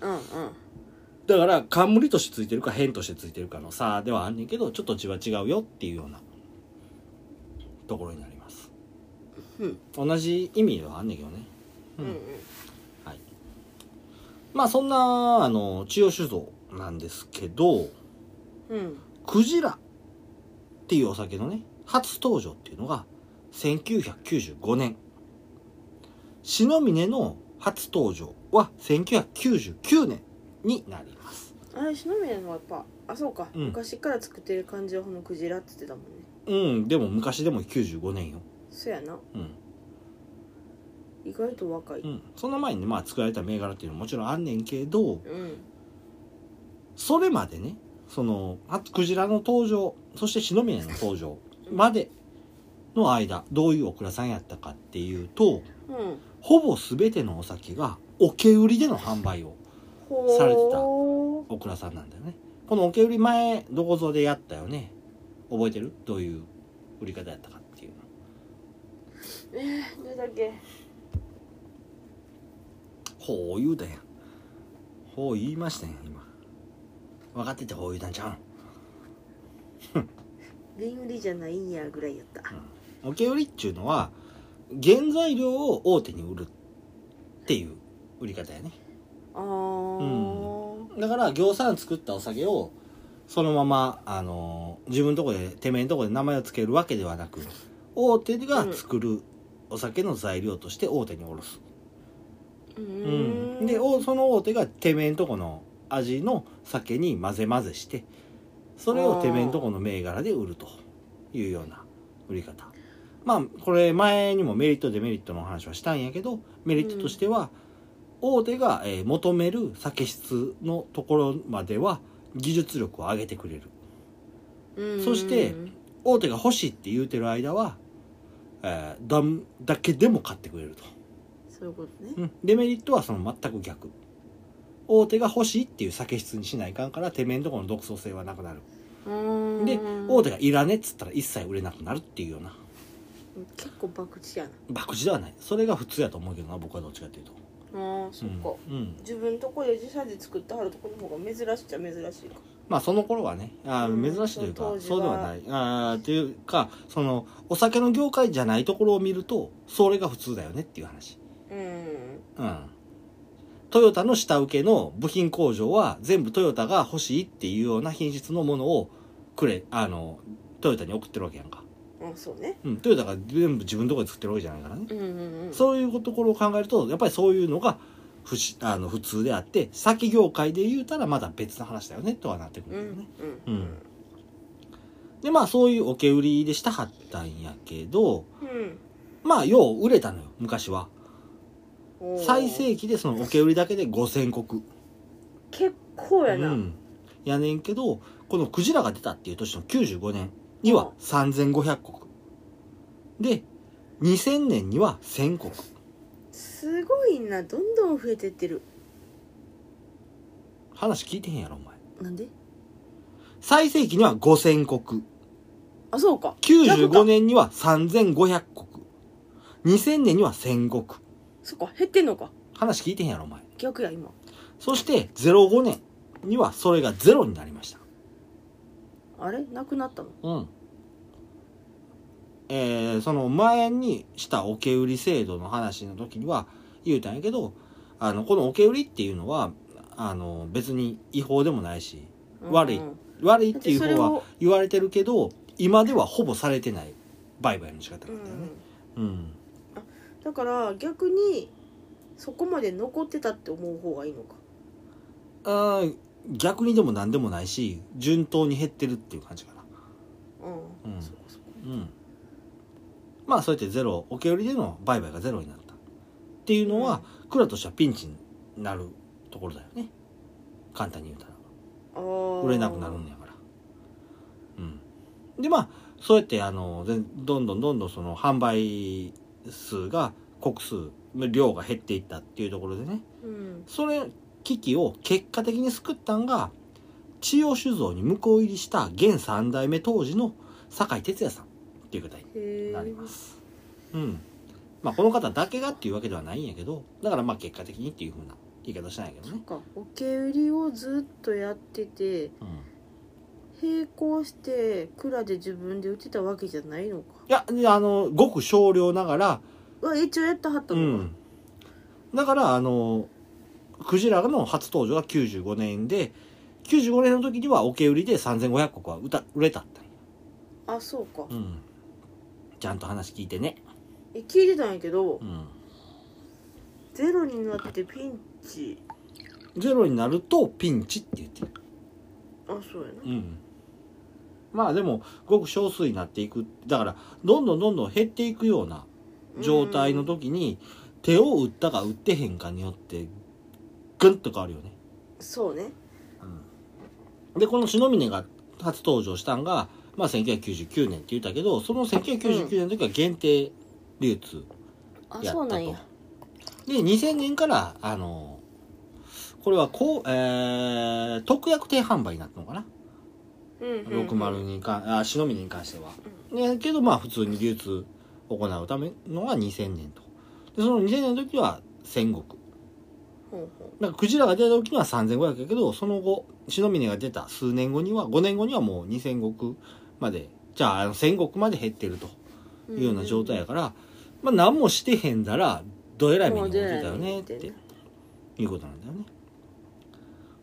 うんうん
だから冠としてついてるか辺としてついてるかの差ではあんねんけどちょっと字は違うよっていうようなところになります
うん
同じ意味ではあんねんけどね
うんうん
まあそんなあの千代酒造なんですけど
うん
クジラっていうお酒のね初登場っていうのが1995年篠峰の初登場は1999年になります
あれ篠宮のはやっぱあそうか、
うん
昔から作ってる感じはこのクジラって言ってたもん
う
ね
んでも昔でも95年よ
そやな
うん、
意外と若い
うん、その前にねまあ作られた銘柄っていうのももちろんあんねんけど
うん
それまでねそのあクジラの登場そして篠宮の登場までの間どういうお蔵さんやったかっていうと
うん
ほぼ全てのお酒が桶売りでの販売を
ほう
されてたお蔵さんなんだよねこの桶売り前どこぞでやったよね覚えてるどういう売り方やったかっていうの
えー、どれだっけ
ほう言うたやんほう言いましたやん今分かっててほう言うたんちゃ
瓶売りじゃないんやぐらいやった
うの桶売りっちゅうのは原材料を大手に売るっていう売り方やね
あー
だから行産作ったお酒をそのまま、あの自分のとこでてめえのとこで名前を付けるわけではなく大手が作るお酒の材料として大手におろす、
う
うんでおその大手がてめえのとこの味の酒に混ぜ混ぜしてそれをてめえのとこの銘柄で売るというような売り方まあこれ前にもメリットデメリットのお話はしたんやけどメリットとしては、大手が、えー求める酒質のところまでは技術力を上げてくれる
うん
そして大手が欲しいって言うてる間は、えーだんだけでも買ってくれると
そういうことね
うん、デメリットはその全く逆大手が欲しいっていう酒質にしないかんからてめえんとこの独創性はなくなる
うーん
で大手がいらねっつったら一切売れなくなるっていうような
結構博打やな
博打ではないそれが普通やと思うけどな僕はどっちかっていうと
あーそっか、
うんうん、
自分とこで自社で作ってはるとこの方が珍しいっちゃ珍しいか
まあその頃はねあー
うん
珍しいというか、
その当時は
そうではないあーというかそのお酒の業界じゃないところを見るとそれが普通だよねっていう話
うん
うんトヨタの下請けの部品工場は全部トヨタが欲しいっていうような品質のものをくれあのトヨタに送ってるわけやんか、
あそうね
うん、トヨタが全部自分のところで作ってるわけじゃないからね、
うんうんうん
そういうところを考えるとやっぱりそういうのが不思あの普通であって先業界で言うたらまだ別の話だよねとはなってく
うん
るよね、
う
うん
ん
でまあそういう桶売りでしたはったんやけど
うん
まあよう売れたのよ昔は
おー
最盛期でその桶売りだけで5,000石
結構や
う
な、
ん、やねんけどこのクジラが出たっていう年の95年には3500国で2000年には1000国
すごいなどんどん増えてってる
話聞いてへんやろお前
なんで
最盛期には5000国
あそうか
95年には3500国2000年には1000国
そっか減ってんのか
話聞いてへんやろお前
逆や今
そして05年にはそれがゼロになりました
あれなくなったの
うん。えーその前にした桶売り制度の話の時には言うたんやけど、あの、この桶売りっていうのは、あの、別に違法でもないし、悪い
うんうん
悪いっていう
だってそれ
方は
を
言われてるけど、今ではほぼされてない売買の仕方
う
なんだよね。
ん
うん。
だから逆にそこまで残ってたって思う方がいいのか
あー逆にでも何でもないし順当に減ってるっていう感じかな
うん、
うん
そこそこ
うんまあそうやってゼロ受け売りでの売買がゼロになったっていうのは、蔵としてはピンチになるところだよね簡単に言うたら
あー
売れなくなるんやからうんでまあそうやってあのぜんどんどんどんどんその販売数が国数量が減っていったっていうところでね
うん
それ危機を結果的に救ったんが千代酒造に向こう入りした現三代目当時の酒井哲也さんっていう方に
へえ
なりますうんまあこの方だけがっていうわけではないんやけどだからまあ結果的にっていうふうな言い方したんやけど
そっ
ね、
か受け売りをずっとやってて
うん、い
並行して蔵で自分で売ってたわけじゃないのか
やであのごく少量ながら
うわ一応やってはった
う
のか、
ん、だからあのクジラの初登場が95年で95年の時にはおけ売りで3500個は売た売れたって、
あそうか、
うん、ちゃんと話聞いてね、
え聞いてたんやけど、
うん、
ゼロになってピンチ
ゼロになるとピンチって言ってる、
あそうやな
うん、まあでもごく少数になっていくだからどんどんどんどん減っていくような状態の時に手を打ったか打ってへんかによってグンと変わるよね
そうね
でこの篠峰が初登場したんが、まあ、1999年って言ったけどその1999年の時は限定流通
あ
やったと、
そうなんや
で2000年からあのこれはこう、えー、特約定販売になったのかな、
うんうんうん
60にかあ篠峰に関しては、ね、けどまあ普通に流通を行うためのが2000年とでその2000年の時は戦国
ほうほ
なんかクジラが出た時には3500やけどその後篠峰が出た数年後には5年後にはもう2戦国までじゃああの戦国まで減ってると
う
いうような状態やから、まあ、何もしてへんだらどえらい目に
も
遭
う
っ
出
て
ない
たよねって
ね
いうことなんだよね。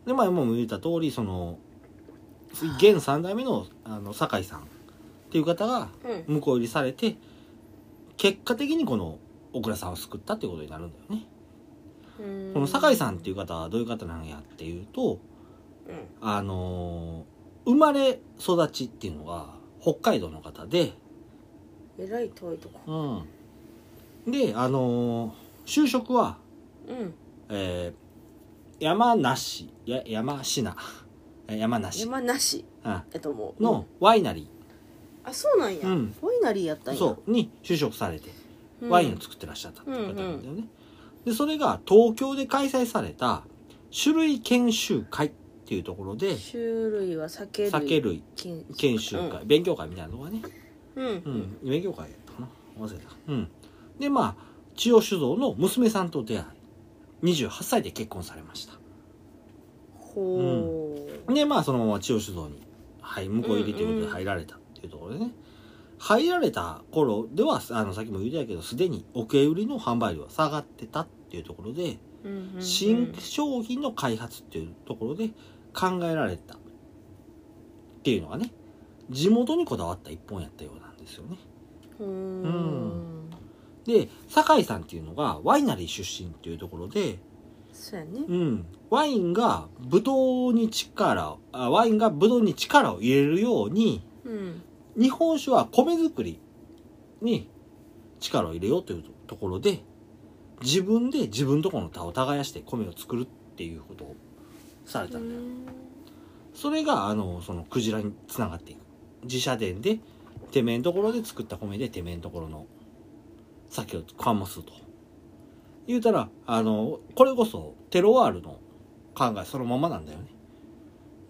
でまあもう言った通りその現3代目のあの酒井さんっていう方が
うん
向こう入りされて結果的にこの小倉さんを救ったっていうことになるんだよね。
うん
この酒井さんっていう方はどういう方なんやっていうと
うん
あのー生まれ育ちっていうのが北海道の方で、
えらい遠いとこ
うん、で、あのー就職は、
うん
えー山梨や山科え山梨
山梨
あ
やと思う
のワイナリ
あそうなんや
うん
ワイナリーやったん
ー
や
そうに就職されて、
うん
ワインを作ってらっしゃったっていう方なんだよね。でそれが東京で開催された種類研修会っていうところで
種類は酒類
酒類
禁止
研修会、勉強会みたいなのがね
うんう
うんん、営業会やったかな忘れたうんでまあ千代酒造の娘さんと出会い28歳で結婚されまし
ほ
たでまあそのまま千代酒造に、はい、向こう入りということで入られたっていうところでね、入られた頃ではあのさっきも言ったけどすでにお受け売りの販売量は下がってたっていうところで、
ううんうんうん
新商品の開発っていうところで考えられたっていうのがね地元にこだわった一本やったようなんですよね
ほー
んで酒井さんっていうのがワイナリー出身っていうところで、
そうやね
うん、ワインがブドウに力をあワインがブドウに力を入れるように
うん
日本酒は米作りに力を入れようというところで自分で自分とこの田を耕して米を作るっていうことをされたんだよ、それがあのそのクジラにつながっていく自社殿でてめえんところで作った米でてめえんところの酒を醸すと言うたらあのこれこそテロワールの考えそのままなんだよね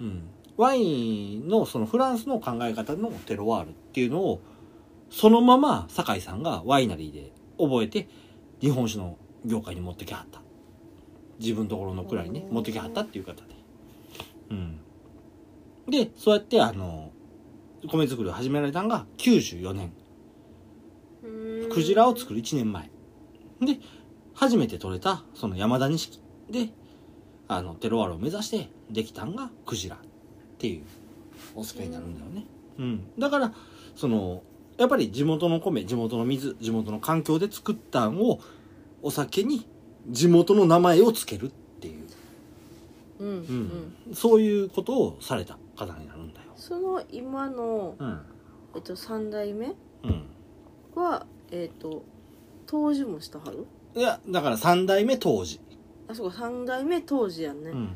うんワインのそのフランスの考え方のテロワールっていうのをそのまま酒井さんがワイナリーで覚えて日本酒の業界に持ってきはった自分ところの蔵にね
へー
持ってきはったっていう方でうんでそうやってあの米作りを始められたのが94年
うん
クジラを作る1年前で初めて取れたその山田錦であのテロワールを目指してできたんがクジラっていうオスペになるんだよね、うん、だからそのやっぱり地元の米地元の水地元の環境で作ったんをお酒に地元の名前をつけるっていう、
うんうん、
うんそういうことをされた方になるんだよ。
その今の、
うん
えっと、3代目
うん
はえっと当時もしたはる
いやだから三代目当時、
あそうか3代目当時やんね、
うん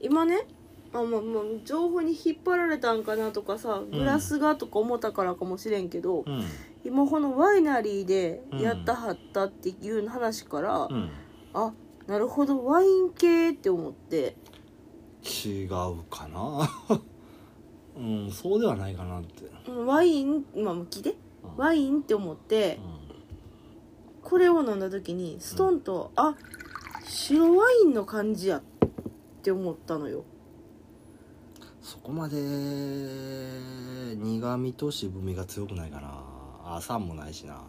今ねあまあまあ情報に引っ張られたんかなとかさグラスがとか思ったからかもしれんけど、
うん
今このワイナリーでやったはったっていう話から、
うん、
あなるほどワイン系って思って
違うかな うんそうではないかなって、
うんワイン今も聞いて
うん
ワインって思って
う
これを飲んだ時にストンと、あ白ワインの感じやって思ったのよ
んそこまで苦味と渋みが強くないかなあ酸もないしな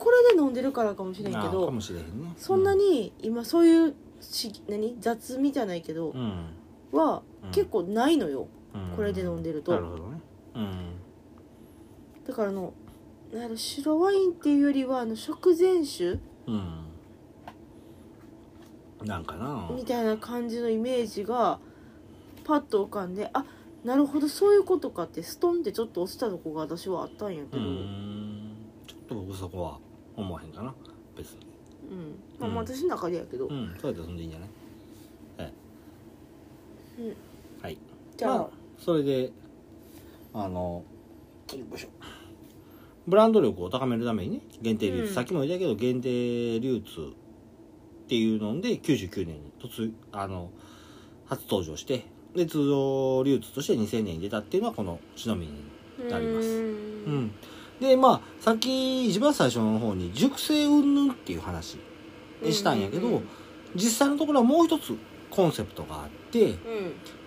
これで飲んでるからかもしれんけ
なあか
ど
もしれへんね
そんなに今そういうし何雑味じゃないけど、
うん、
は
うん
結構ないのよ
うん
これで飲んでると
なるほどねうん
だからあのなんやろ白ワインっていうよりはあの食前酒
うんなんかな
みたいな感じのイメージがパッと浮かんであなるほどそういうことかってストンってちょっと落ちたとこが私はあったんやけ
う
ど、
んちょっと僕そこは思わへんかな別に
うんまあ、
うん
私の中でやけど、
うんそうやって飲んでいいんじゃない
うん
はい
じゃあ、
まあ、それであのよいしょブランド力を高めるためにね限定流通、
うん
さっきも言ったけど限定流通っていうので99年に突あの初登場してで通常流通として2000年に出たっていうのはこの「ちなみに」なります
う
うんんでまあさっき一番最初の方に熟成云々っていう話したんやけど、
うんうん
実際のところはもう一つコンセプトがあって
うん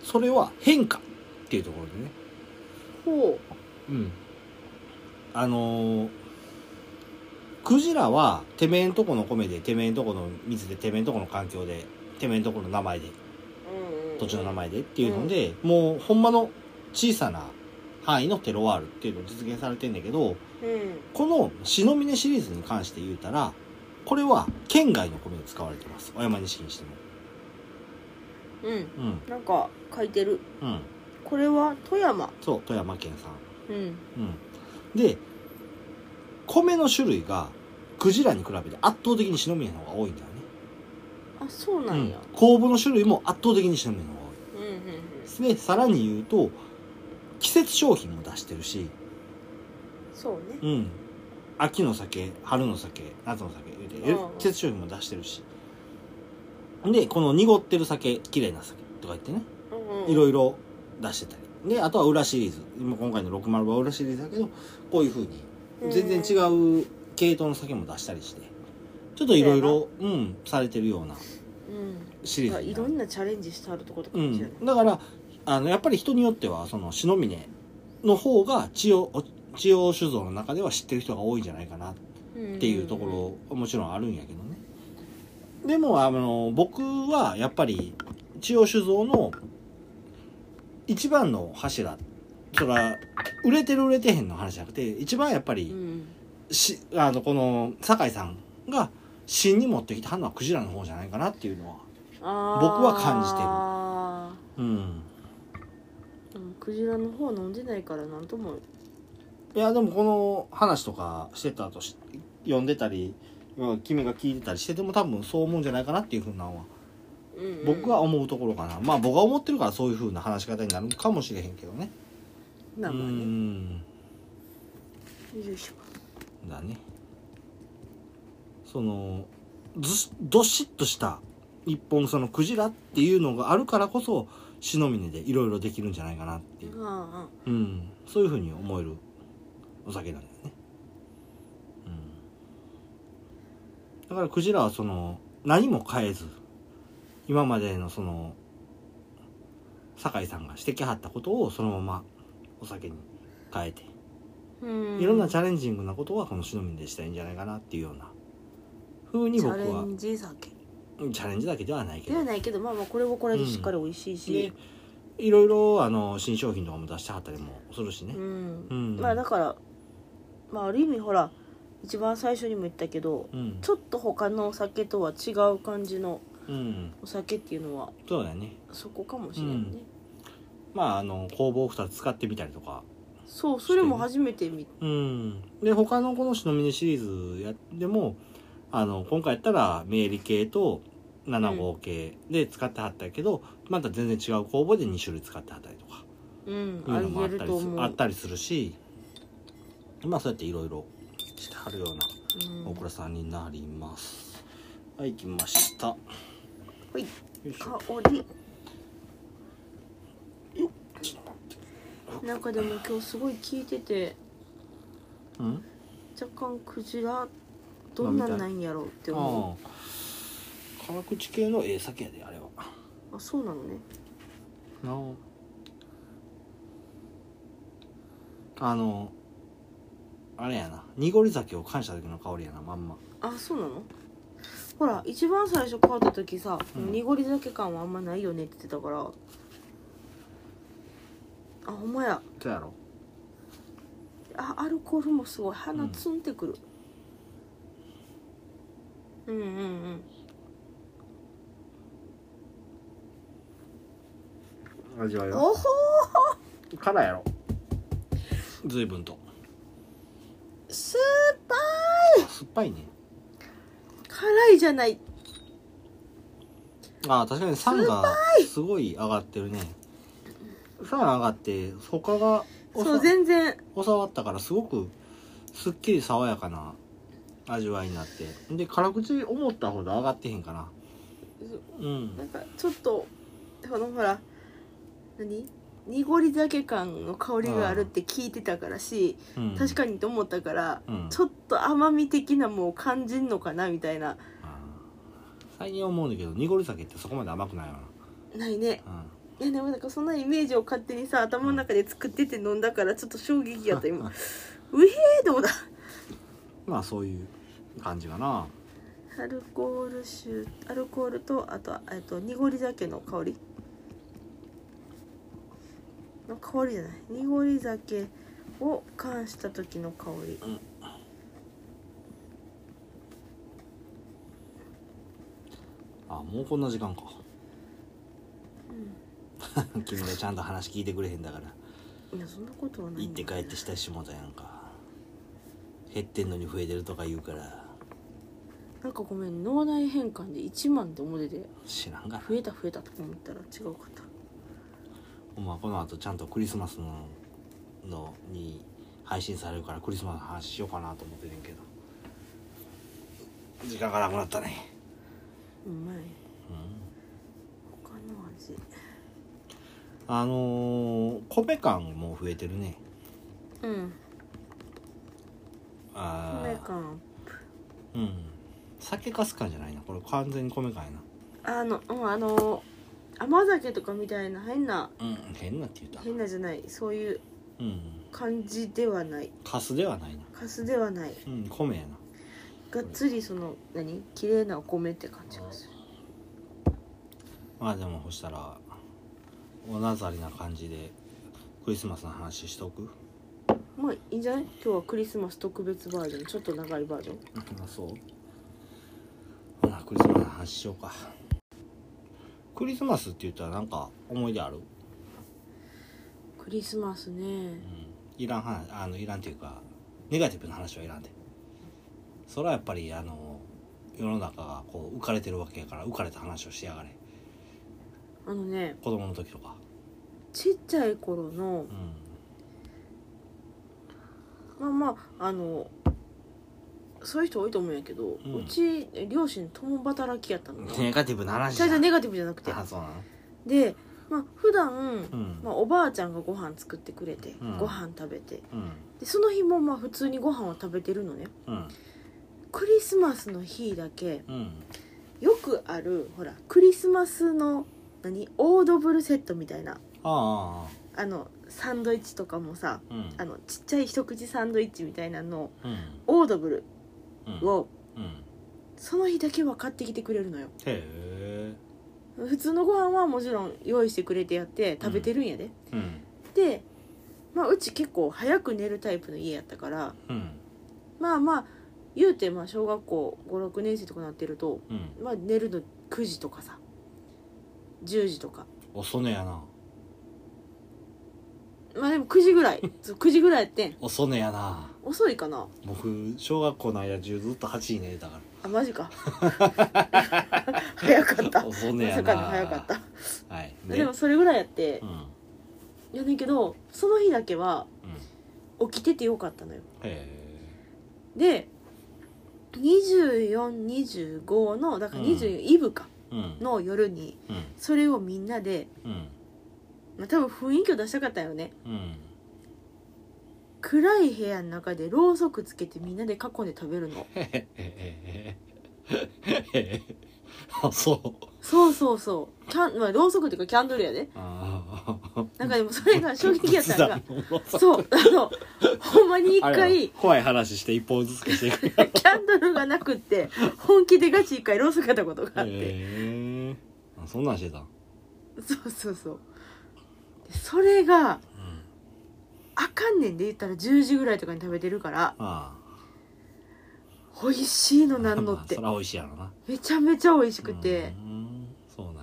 それは変化っていうところでね
ほ
うん、あのークジラはてめえんとこの米でてめえんとこの水でてめえんとこの環境でてめえんとこの名前で
う
土地の名前でっていうので、もうほんまの小さな範囲のテロワールっていうのを実現されてんだけど
うん
この「篠峰」シリーズに関して言うたらこれは県外の米で使われてます小山錦にしても
うん
うん
なんか書いてる
うん
これは富山
そう富山県産
うん
うん、で米の種類がクジラに比べて圧倒的にシノミヤの方が多いんだよね、
あそうなんや、
酵母の種類も圧倒的にシノミヤの方が多
うん、うんうん
いでさらに言うと季節商品も出してるし、
そうね
うん、秋の酒春の酒夏の酒言うて
うん
季節商品も出してるしでこの濁ってる酒綺麗な酒とか言ってね
うんうん
いろいろ出してたりであとは裏シリーズ今今回の60は裏シリーズだけどこういうふうに全然違う系統の酒も出したりしてちょっといろいろうんされてるような
うん
シリーズ
い
にな
ろ
る
んなチャレンジしてあるってことか
う
もしれない、
んだからあのやっぱり人によってはその篠峰の方が千代千代酒造の中では知ってる人が多いんじゃないかなっ
って
いうところもちろんあるんやけどねでもあの僕はやっぱり千代酒造の一番の柱それは売れてる売れてへんの話じゃなくて一番やっぱり、
うん
しあのこの酒井さんが芯に持ってきたのはクジラの方じゃないかなっていうのは、
あー
僕は感じてる
あ
うん、
ーうんクジラの方飲んでないからなんとも
いやでもこの話とかしてたとし読んでたりうん君が聞いてたりしてても多分そう思うんじゃないかなっていうふうなのは
うんうん
僕は思うところかな、まあ僕は思ってるからそういうふうな話し方になるかもしれへんけどね
まあ
う
まあね
ん
よいしょ
だねそのずしどしっとした一本そのクジラっていうのがあるからこそ篠峰でいろいろできるんじゃないかなっていう
あ
うん、そういうふうに思えるお酒なんだよね、うん、だからクジラはその何も変えず今までのその酒井さんがしてきはったことをそのままお酒に変えて
あうん
いろんなチャレンジングなことはこのシノミでしたらいいんじゃないかなっていうようなふうに
チ
僕
ャレ
は
ンジ酒
うんチャレンジだけではないけ
で
ど
はないけどまあまあこれもこれでしっかり美味しい
で
し
いろいろあの新商品とかも出してはったりもするしね
う、ん
うん
まあだからまあある意味ほら一番最初にも言ったけど
うん
ちょっと他のお酒とは違う感じの
うん
お酒っていうのは
そうだよね
そこかもしれんね、
まああの工房2つ使ってみたりとか
そうそれも初めて見
うんで他のこの「シノミネ」シリーズやでもあの今回やったら明理系と7号系で使ってはったけど、また全然違う工房で2種類使ってはったりとか
うん
いうの
あり
もあ
え
っ
る
たり
と
す
思う
あったりするしまあそうやっていろいろしてはるような
うん
大倉さんになります、はい来ましたよ
ほい
いしょ
香りなんかでも今日すごい聞いてて
うん
若干クジラどんなんなんやろうって思
ああ辛口系のええ酒やであれは
うあそうなのね
なおあのあれやな濁り酒を感した時の香りやなまんま
あそうなのほら一番最初買った時さ、
うん
濁り酒感はあんまないよねって言ってたからあほんまや
そうやろ
あアルコールもすごい鼻ツンってくる、うん、うんうん
味わい
おほ
辛やろ随分と
ーすっぱ
酸っぱいね
い辛いじゃない
ああ確かに酸がすごい上がってるね酸上がって他がおさ
そう全然
教わったからすごくすっきり爽やかな味わいになってで辛口思ったほど上がってへんかなうん
なんかちょっとこのほら何濁り酒感の香りがあるって聞いてたからし、
うん
確かにと思ったから、
うん
ちょっと甘み的なもう感じんのかなみたいな
あー最近思うんだけど濁り酒ってそこまで甘くないわ
ないね
な、
いやでもなんかそんなイメージを勝手にさ頭の中で作ってて飲んだからちょっと衝撃やった
うん
今うへえどうだ
まあそういう感じかな
アルコール酒アルコールとあとえっと濁り酒の香りの香りじゃない濁り酒を缶した時の香り、
うんあもうこんな時間か 君がちゃんと話聞いてくれへんだから
いやそんなことはない
行っ
んだ
て
けど
帰ってしたしもたやんか減ってんのに増えてるとか言うから
なんかごめん脳内変換で1万って思ってて
知らんがな
増えた増えたとか思ったら違うかった
お前この後ちゃんとクリスマスののに配信されるからクリスマスの話しようかなと思ってるんけど時間がなくなったね
うまい
うん
他の味
あのー米感も増えてるね
うん
あー
米感
うん酒かす感じゃないなこれ完全に米感やな
あのうんあの甘酒とかみたいな変な
うん変なって言うた
変なじゃないそういう
うん
感じではない
かすではないな
カスではない
うん米やな
がっつりその何綺麗なお米って感じがする
まあでもそしたらおなざりな感じでクリスマスの話しとく
まあいいんじゃない今日はクリスマス特別バージョンちょっと長いバージョン
あそうほなクリスマスの話しようかクリスマスって言ったらなんか思い出ある、
クリスマスね
うん、いらん話あのいらんっていうかネガティブな話はいらんでそれはやっぱりあの世の中がこう浮かれてるわけやから浮かれた話をしてやがれ
あのね
子供の時とか
ちっちゃい頃の
うん
まあまああのそういう人多いと思うんやけど、
う
うんち両親共働き やったのね
ネガティブな話
じゃ
だ
じゃネガティブじゃなくて
あそうなの
でまあ普段、
うん
まあ、おばあちゃんがご飯作ってくれて、
うん
ご飯食べて
うん
でその日もまあ普通にご飯を食べてるのね
うん
クリスマスの日だけ
うん
よくあるほらクリスマスの何オードブルセットみたいな
ああ
あのサンドイッチとかもさ
ああうん
あのちっちゃい一口サンドイッチみたいなの
うん
オードブ
うん
ルを
うん
その日だけは買ってきてくれるのよ
へえ
普通のご飯はもちろん用意してくれてやって食べてるんやで、
うん
でまあうち結構早く寝るタイプの家やったから
うん
まあまあ言うてまあ小学校56年生とかなってると、
うん
まあ、寝るの9時とかさ10時とか
遅寝やな
まあでも9時ぐらいそう9時ぐらいやってん
遅寝やな
遅いかな
僕小学校の間中ずっと8時寝てたか
あマジ か早かった
ら遅寝
ま
や
さ
な
かの早かった、
たはい
でもそれぐらいやって
う、んうん
いやねんけどその日だけは起きててよかったのよ
へ
で2425のだから24イブか、
えうん
の夜に
うん
それをみんなで、
うん
まあ、多分雰囲気を出したかったよね
うん
暗い部屋の中でろうそくつけてみんなで囲んで食べるの
へへへへへへあそう
そうそうそうキャン、まあ、ろうそくっていうかキャンドルやで
あ
なんかでもそれ が衝撃やったのが
一
そうあのほんまに一回
怖い話して一本ずつ消していく
キャンドルがなくって本気でガチ一回ろうそくやったことがあって、
へえあそんなんしてたん
そうそうそうでそれが
うん
あかんねんで言ったら10時ぐらいとかに食べてるから
あ
美味しいの
あ
なんのって
そら美味しいやろな
めちゃめちゃ美味しくて
うんそうなんや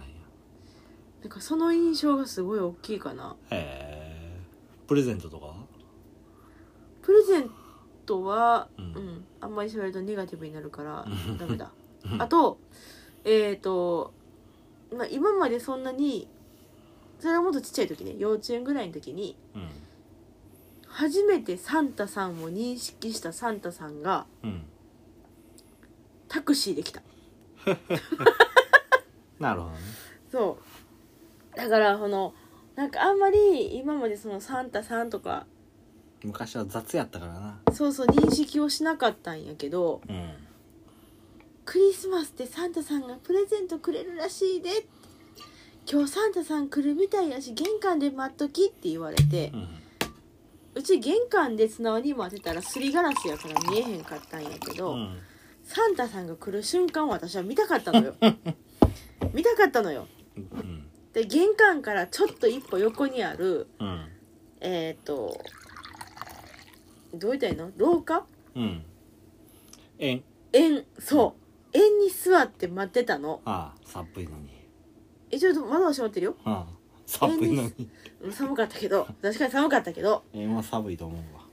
なんかその印象がすごい大きいかな
へえプレゼントとかは
プレゼントは、
う
うんんあんまりそれるとネガティブになるから
うん
ダメだ
うん
あとえっ、と、まあ、今までそんなにそれはもっとちっちゃい時ね幼稚園ぐらいの時に
うん
初めてサンタさんを認識したサンタさんが
うん
タクシーで来た
なるほどね
そうだからこのなんかあんまり今までそのサンタさんとか
昔は雑やったからな
そうそう認識をしなかったんやけど
うん
クリスマスってサンタさんがプレゼントくれるらしいで今日サンタさん来るみたいやし玄関で待っときって言われて
うん
うち玄関で素直に待ってたらすりガラスやから見えへんかったんやけど、
うん
サンタさんが来る瞬間を私は見たかったの よ見たかったのよ
うん
で玄関からちょっと一歩横にある
うん
えっ、とどう言ったらいいの廊下
うんえん
縁そう縁に座って待ってたの
ああ寒いのに
えちょっと窓は閉まってるよ
ああ寒いのに
うん寒かったけ ど確かに寒かったけど
えんは寒いと思うわ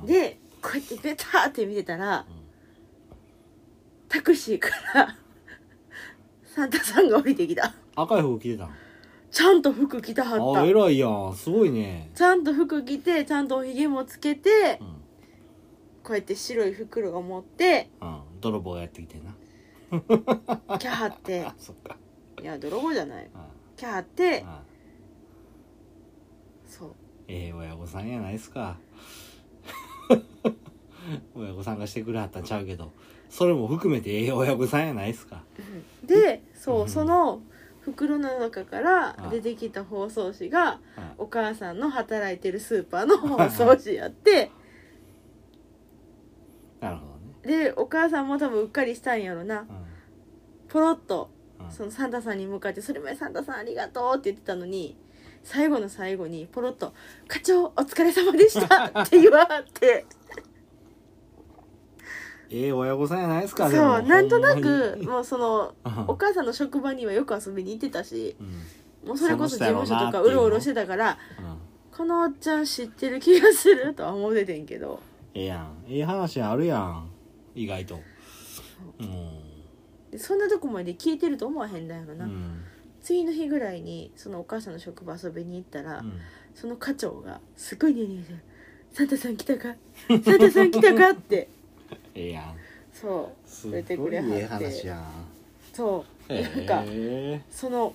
ああ
でこうやってベターって見てたらタクシーからサンタさんが降りてきた
赤い服着てたん
ちゃんと服着たはっ
あ
た
偉いやんすごいね
ちゃんと服着てちゃんとおひげもつけて
うん、
こうやって白い袋を持って
うん、泥棒やってきてんな
キャハ って
あそっか
いや泥棒じゃない
あ
キャハっ
あ
て
ああ
そう
ええ親御さんやないですか 親御さんがしてくれはったんちゃうけどそれも含めてええ親御さんやないですか
で
う
そ
ん
うその袋の中から出てきた包装紙が
あ
お母さんの働いてるスーパ ーの包装紙やって
なるほどね
でお母さんも多分うっかりしたんやろな
う
ポロッと
んうん
そのサンタさんに向かって「それまでサンタさんありがとう」って言ってたのに最後の最後にポロッと「課長お疲れ様でした」 って言わはって
ええ親御さんやないです
そ
か
う
でも
なんとな
ほ
く
んまに
もうその
う
お
ん
母さんの職場にはよく遊びに行ってたし
うん
もうそれこそ事務所と
その人やろうな
か
っていううの
ろうろしてたから
うん
このおっちゃん知ってる気がするとは思っててんけど
ええやんええ話あるやん意外とうん
でそんなとこまで聞いてると思わへんだよろ
う
な、
ん
次の日ぐらいにそのお母さんの職場遊びに行ったら、
うん
その課長がすごいニヤニヤして「サンタさん来たかサンタさん来たか?」って
ええやん
そ
す
う
ごい
れてくれはって
ええ話やん
うそうなんか
え
その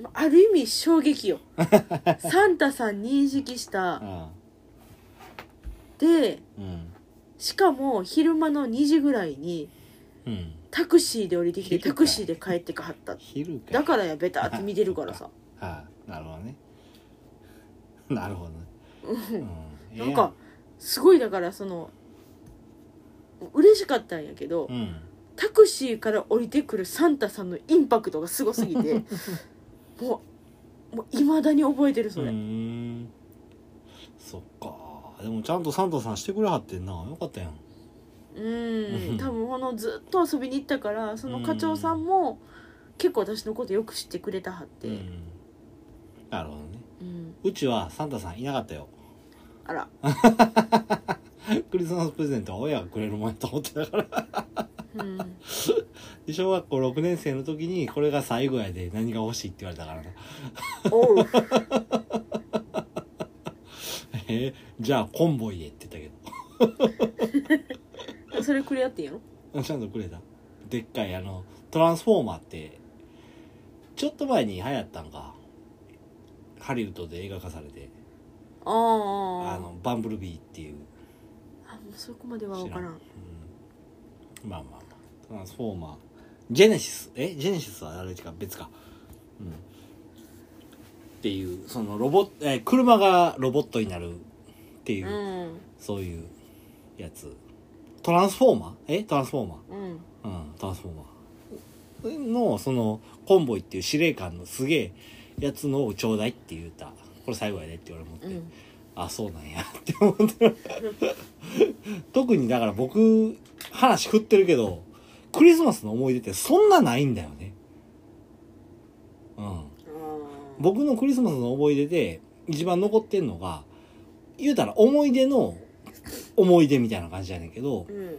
まある意味衝撃 よサンタさん認識した
え
で
うんうん
しかも昼間の2時ぐらいに
うん
タクシーで降りてきて
昼か
タクシーで帰ってかはった
昼か
だからやべたって見てるからさ
はい、なるほどね。なるほどね。う
なんか、すごいだからその嬉しかったんやけど、
ええやんうん、
タクシーから降りてくるサンタさんのインパクトがすごすぎてもうもういまだに覚えてるそれ、
うーんそっかでもちゃんとサンタさんしてくれはってんなよかったやん
うん多分このずっと遊びに行ったからその課長さんも結構私のことよく知ってくれたはって、
うんなるほどね
うん
うちはサンタさんいなかったよ
あら、
クリスマスプレゼントは親がくれるもんやと思ってたから
うん、
で小学校6年生の時にこれが最後やで何が欲しいって言われたからな
おう
えじゃあコンボイへって言ったけ
それくれやってんやろ
ど ちゃんとくれたでっかいあのトランスフォーマーってちょっと前に流行ったんかハリウッドで映画化されて
あ
あ
あ
のバンブルビーっていう
あもうそこまでは分からん
うんまあまあまあトランスフォーマージェネシスえジェネシスはあれか別かうんっていうそのロボット、えー車がロボットになるっていう、
うん
そういうやつトランスフォーマーえトランスフォーマ
うん
ーうんトランスフォーマーのそのコンボイっていう司令官のすげえやつのをちょうだいって言うたこれ最後やでって俺思って、
うん
あそうなんやって思って特にだから僕話振ってるけどクリスマスの思い出ってそんなないんだよねうん
あ
僕のクリスマスの思い出で一番残ってんのが言うたら思い出の思い出みたいな感じやねんけど
ーうん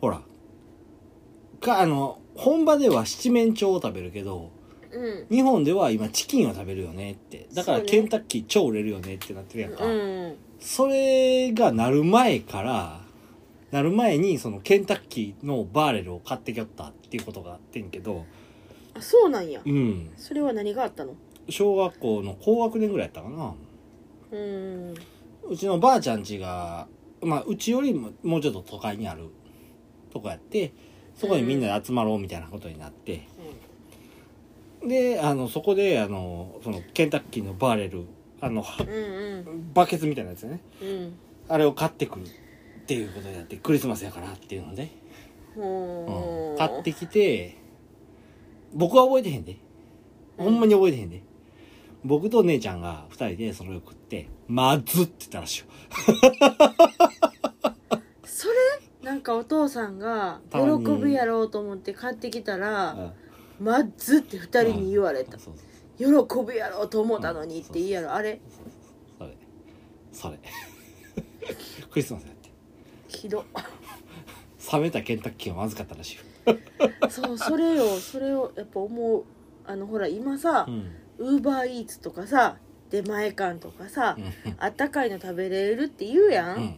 ほらかあの本場では七面鳥を食べるけど
うん
日本では今チキンを食べるよねってだから
そうね
ケンタッキー超売れるよねってなってるやんか、
うん
それがなる前から、なる前にそのケンタッキーのバーレルを買ってきよったっていうことがあってんけど、
あそうなんや
うん。
それは何があったの
小学校の高学年ぐらいやったかな。
うん
うちのばあちゃん家が、まあうちよりももうちょっと都会にあるとこやって、そこにみんなで集まろうみたいなことになって、で、あの、そこで、あの、そのケンタッキーのバーレル、あの、は
うんうん
バケツみたいなやつね。
うん
あれを買ってくるっていうことになって、クリスマスやからっていうので、
ほー
買ってきて僕は覚えてへんでほんまに覚えてへんで、僕と姉ちゃんが二人でそれを食って「まずっ」って言ったらしいよ
それなんかお父さんが喜
たまに
ぶやろうと思って買ってきたら
あ
「まっず」って二人に言われた
そうそう
「喜ぶやろうと思ったのに」って言いやろあれ
それそれ クリスマスやって
ひど
冷めたケンタッキーはまずかったらしいよ、
そうそれよそれをやっぱ思うあのほら今さ
うん
ウーバーイーツとかさ出前館とかさ
うん
あったかいの食べれるって言うやん、
うん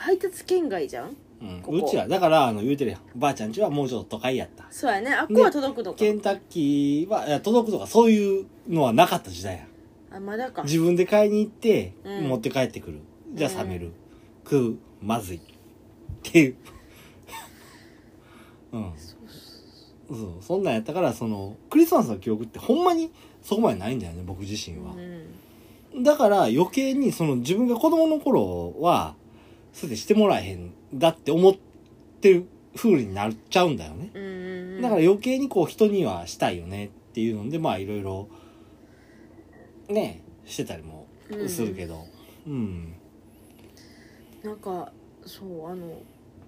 配達圏外じゃん
うん
ここ
うちはだからあの言うてるやんばあちゃんちはもうちょっと都会やった
そうやねあっこは届くのか、
ケンタッキーはいや届くとかそういうのはなかった時代や
あまだか
自分で買いに行って、
うん
持って帰ってくるじゃあ
う
冷
ん
める、食うまずいっていう うんそうそんなんやったからそのクリスマスの記憶ってほんまにそこまでないんだよね僕自身は
う、ん
だから余計にその自分が子供の頃はそれでしてもらえへんだって思ってる風になっちゃうんだよね、
うんうんうん
だから余計にこう人にはしたいよねっていうのでまあいろいろねしてたりもするけどうん、
なんかそうあの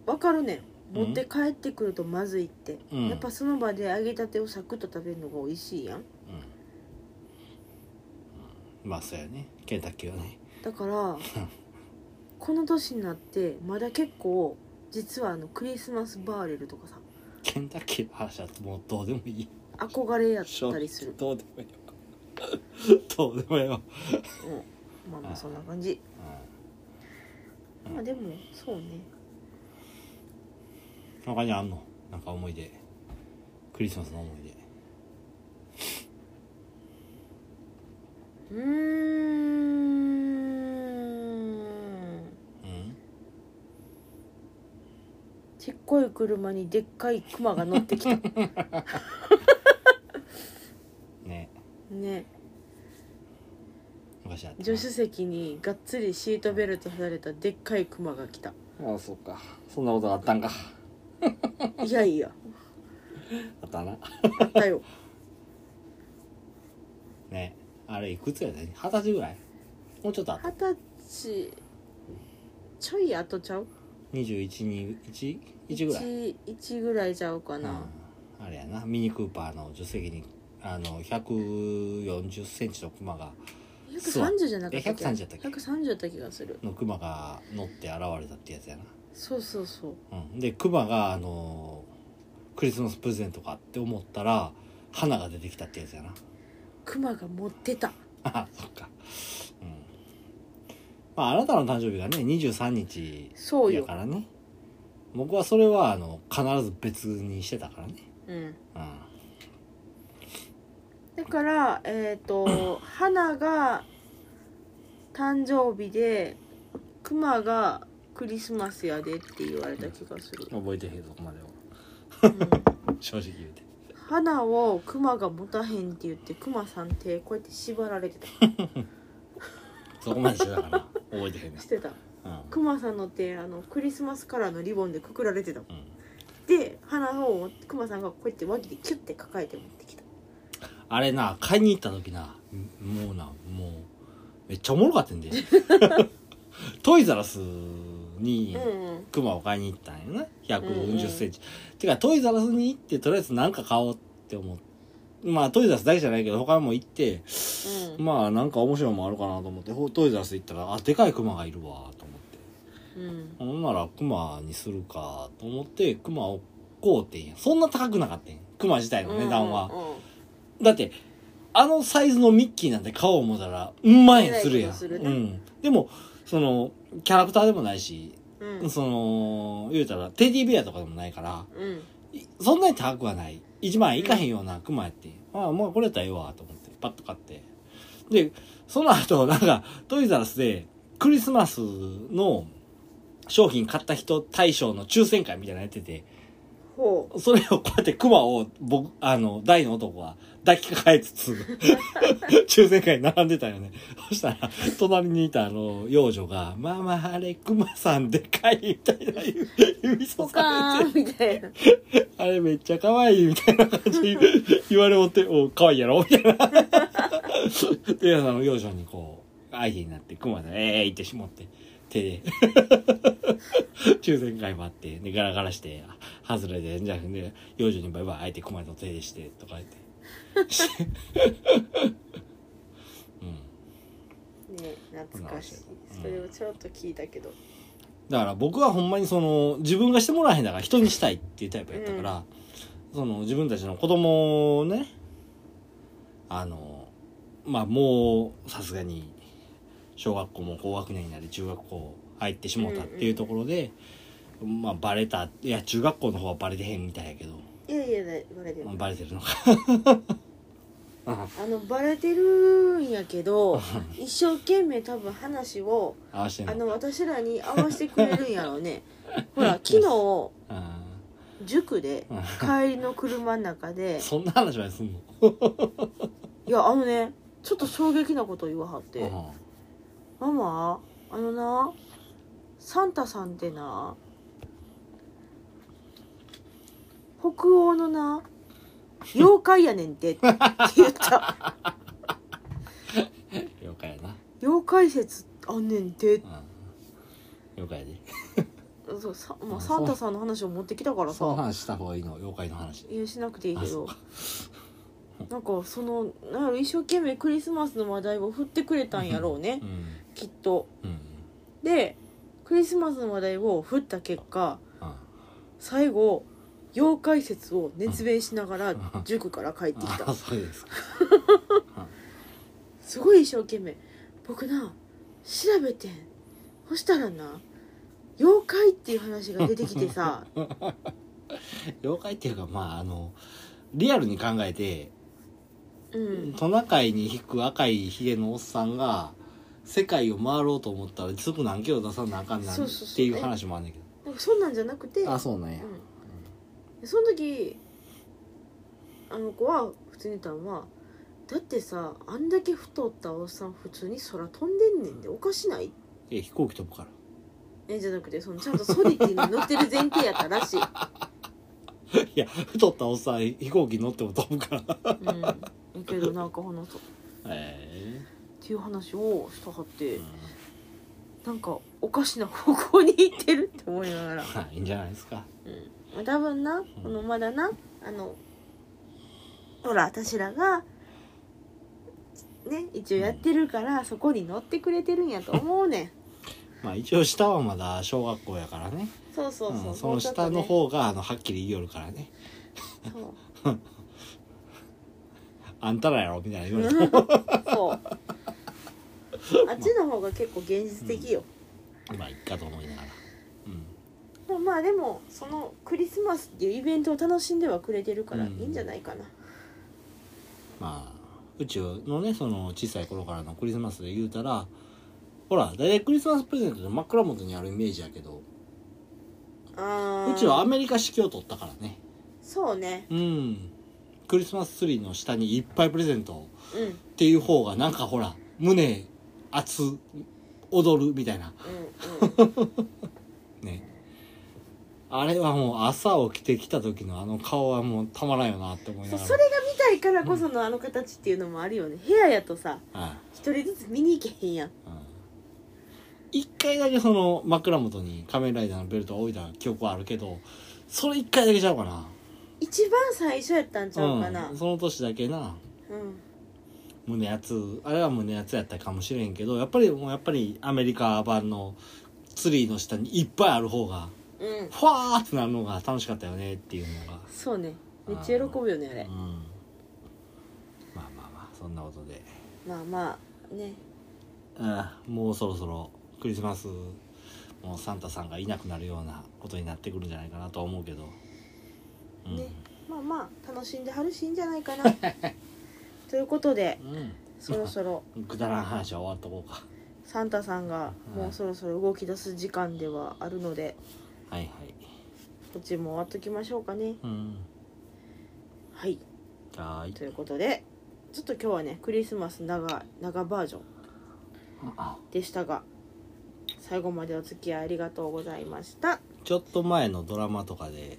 分かるねん
うん
持って帰ってくるとまずいって、
うん
やっぱその場で揚げたてをサクッと食べるのが美味しいやん
まあそうやねケンタッキーはね
だから この年になってまだ結構実はあのクリスマスバーレルとかさ
ケンタッキーの話はもうどうでもいい
憧れやったりする、
どうでもいいわどうでもいいわ
うん、まあまあそんな感じ
うん
まあでもそうね
うん他にあんのなんか思い出クリスマスの思い出
う
う
ーん
ん
ちっこい車にでっかいクマが乗っ てきた
ね
ね
昔あったな
助手席にがっつりシートベルトされたでっかいクマが 来た
ああそうかそんなことがあったんか
いやいや
あったな
あったよ
ねあれいくつやね二十歳ぐらいもうちょっとあった
二十歳ちょい後ちゃう
2121ぐらい、
1, ぐらいちゃうか
うん
な、、
あれやなミニクーパーの助手席にあの140センチのクマが
130じゃなかった
え130やったっけ
130やった気がする
のクマが乗って現れたってやつやな
そうそうそう
うん、でクマがあのークリスマスプレゼントかって思ったら花が出てきたってやつやな
クマが持ってた
あそっかうんまああなたの誕生日がね23日
そう
や
よ
からね僕はそれはあの必ず別にしてたからね
うん
うん
だからえ っ、と花が誕生日でクマがクリスマスやでって言われた気が する、
覚えてへんそこまでは
うん
正直言うて
花をクマが持たへんって言ってクマさんってこうやって縛られてた
そこまでしてたから 覚えてへんね
してた
うん、
クマさんの手あのクリスマスカラーのリボンでくくられてた
うん、
で花をクマさんがこうやって脇でキュッて抱えて持ってきた
あれな買いに行った時なもうなもうめっちゃおもろかった んでトイザラスに、
うんうん
クマを買いに行ったんよね
うんうん
140センチ、てかトイザラスに行ってとりあえず何か買おうって思ってまあトイザラスだけじゃないけど他も行ってまあなんか面白いもんあるかなと思ってほトイザラス行ったらあでかいクマがいるわと思って
うん
ほんならクマにするかと思ってクマを買うてんやそんな高くなかったんやクマ自体の値段は、だってあのサイズのミッキーなんて顔を思ったらうんま円するやん
えらいことする
う、
なん
でもそのキャラクターでもないし
うんうん
その言うたらテディベアとかでもないから
うん
いそんなに高くはない1万円いかへんようなクマやって、ああまあこれやったらええわと思ってパッと買ってでその後なんかトイザラスでクリスマスの商品買った人対象の抽選会みたいなのやってて
ほ
それをこうやってクマを僕あの大の男は抱きかかえつつ 抽選会に並んでたよねそしたら隣にいたあの幼女が「ママあれクマさんでかい」みたいな指指
うポ
さ
カ
されて
ーンみたいな
あれめっちゃ可愛いみたいな感じ 言われおって、お可愛いやろみたいな。で、あの、幼女にこう、相手になって、熊で、ええー、行ってしもって、手で。 抽選会もあって、で、ガラガラして、あ外れで、じゃあ、で、幼女にバイバイ、相手熊の手でして、とか言って。 うん。
ね懐かしい
うん
それをちょっと聞いたけど
だから僕はほんまにその自分がしてもらえへんだから人にしたいっていうタイプやったから、その自分たちの子供をねあのまあもうさすがに小学校も高学年になり中学校入ってしもうたっていうところで、まあバレたいや中学校の方はバレてへんみたいやけど、
いやいやねバレてる
まあバレてるのかあ
あのバレてるんやけど一生懸命多分話を
合わせて
あ
んの
の私らに合わせてくれるんやろうね ほら昨日
あ
塾で
うん
帰りの車の中で
そんな話まですんの
いやあのねちょっと衝撃なこと言わはって「ママあのなサンタさんってな北欧のな妖怪やね んて」って言った
うん了解やな、
「妖怪説あんねんて」って
うん、了解やで
そうさ、
あ
まあ、
そう
サンタさんの話を持ってきたから
その
さ
話した方がいいの妖怪の話
いやしなくていいけ
あそ
どなんかそのなんやろ一生懸命クリスマスの話題を振ってくれたんやろうね
うん
きっと
うん
でクリスマスの話題を振った結果
あ
最後妖怪説を熱弁しながら塾から帰ってき
あ
た
そうですか
すごい一生懸命僕な調べてんそしたらな妖怪っていう話が出てきて さ
妖怪っていうかまああのリアルに考えて
うん
トナカイに引く赤いひげのおっさんが世界を回ろうと思ったらすぐ何キロ出さなあかんなん
そうそうそう
っていう話もあんねんけ
なんかそんなんじゃなくて
どあそうなんや
うん、その時あの子は普通に言ったんはだってさあんだけ太ったおっさん普通に空飛んでんねんでおかしない
え飛行機飛ぶから
えじゃなくてそのちゃんとソリティに乗ってる前提やったらしい、
いや太ったおっさん飛行機乗っても飛ぶから
うん、だけどなんかこのそ
え
っていう話をしたはって、
え
なんかおかしな方向に行ってるって思いながら、
まあいいんじゃないですか
うん、多分なこのまだなあのほら私らがね一応やってるから、そこに乗ってくれてるんやと思うねん
まあ一応下はまだ小学校やからね
そうそうそう、
うん、その下の方があのはっきり言いよるからね
もうちょっとね
あんたらやろみたいな言われても
そう そうあっちの方が結構現実的よ、
まあいっかと思いながらうん
まあまあでもそのクリスマスっていうイベントを楽しんではくれてるからい
うん
いんじゃないかな、
まあ宇宙のねその小さい頃からのクリスマスで言うたらほら大体クリスマスプレゼントって枕元にあるイメージやけど
あ
う
ー
ちはアメリカ式を取ったからね
そうね
うんクリスマスツリーの下にいっぱいプレゼント
うんうん
っていう方がなんかほら胸熱踊るみたいな
うん
ねあれはもう朝起きてきた時のあの顔はもうたまらんよなって思い
そ
な
う
が
そ
ら
れが見たいからこそのあの形っていうのもあるよね部屋やとさ
はい
一人ずつ見に行けへんやん
うん一回だけその枕元に仮面ライダーのベルトを置いた記憶はあるけどそれ一回だけちゃうかな
一番最初やったんちゃうかなうん
ん、その年だけな胸熱あれは胸熱やったかもしれんけどやっぱりもうやっぱりアメリカ版のツリーの下にいっぱいある方が
うん、
ファーってなるのが楽しかったよねっていうのが
そうねめっちゃ喜ぶよねあ
う
れ
んまあまあまあそんなことで
まあまあね
あもうそろそろクリスマスもうサンタさんがいなくなるようなことになってくるんじゃないかなとは思うけど、うん
ねまあまあ楽しんではるしいいんじゃないかな ということでそろそろ
うん、くだらん話は終わっとこうか
サンタさんが
はい
もうそろそろ動き出す時間ではあるので
はいはい、
こっちも終わっときましょうかね
うん、
はい
はーい
ということでちょっと今日はねクリスマス長長バージョン
あ
でしたが最後までお付き合いありがとうございました
ちょっと前のドラマとかで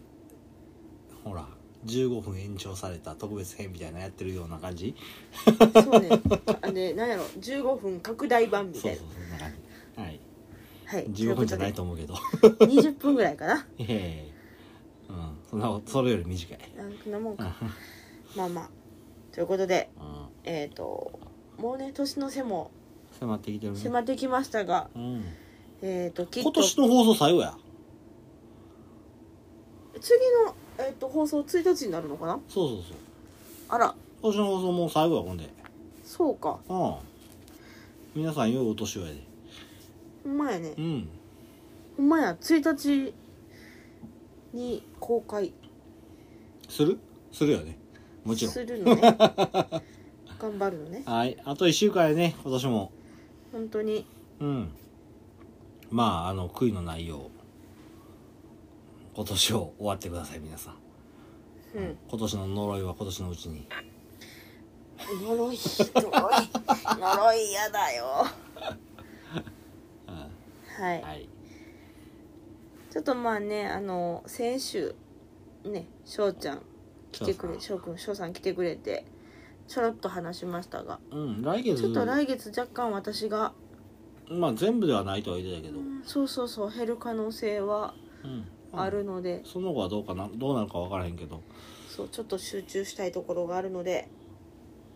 ほら15分延長された特別編みたいなのやってるような感じ
そうねあねなんやろ15分拡大版み
そ
た
う
い
そ
な
うそんな感じはい
はい
15分じゃない
と
と思うけど
いうことで20分ぐらいかな
へえうんそんなことそれより短い
なんかなもん
う
かまあまあということで
ん
えっ、ともうね年の瀬も
迫ってきてるね
迫ってきましたが
うん
えっ、ときっと
今年の放送最後や
次の、えー、と放送1日になるのかな
そうそうそう
あら
今年の放送もう最後やほんで
そうか
うん皆さん良いお年をやで
ほんまやね
うん
ほんまや1日に公開
するするよねもちろん
する のね頑張るのね
はいあと1週間やね今年も
本当に
うんまああの悔いのないよう今年を終わってください皆さん
うん
今年の呪いは今年のうちに
呪い呪い呪いやだよ
うん
はい
はい
ちょっとまあねあの先週ね翔ちゃん来てくれ
翔
翔くん翔さん来てくれてちょろっと話しましたが
うん来月
ちょっと来月若干私が、
まあ全部ではないとは言ってたけど、うん
そうそうそう減る可能性はあるので、
その後はどうかなどうなるか分からへんけど
そうちょっと集中したいところがあるので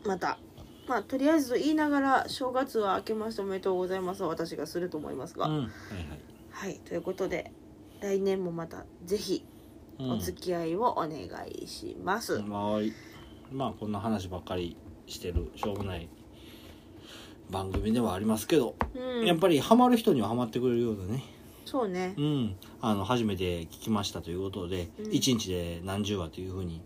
またまあとりあえずと言いながら正月は明けましておめでとうございますは私がすると思いますが、
うんはい
はいということで来年もまたぜひ
はい、うん、
お付き合いをお願いします、
はーいまあこんな話ばっかりしてるしょうもない番組ではありますけど、
うん
やっぱりハマる人にはハマってくれるようなね
そうね
うんあの初めて聞きましたということで、
うん
一1日で何十話というふうに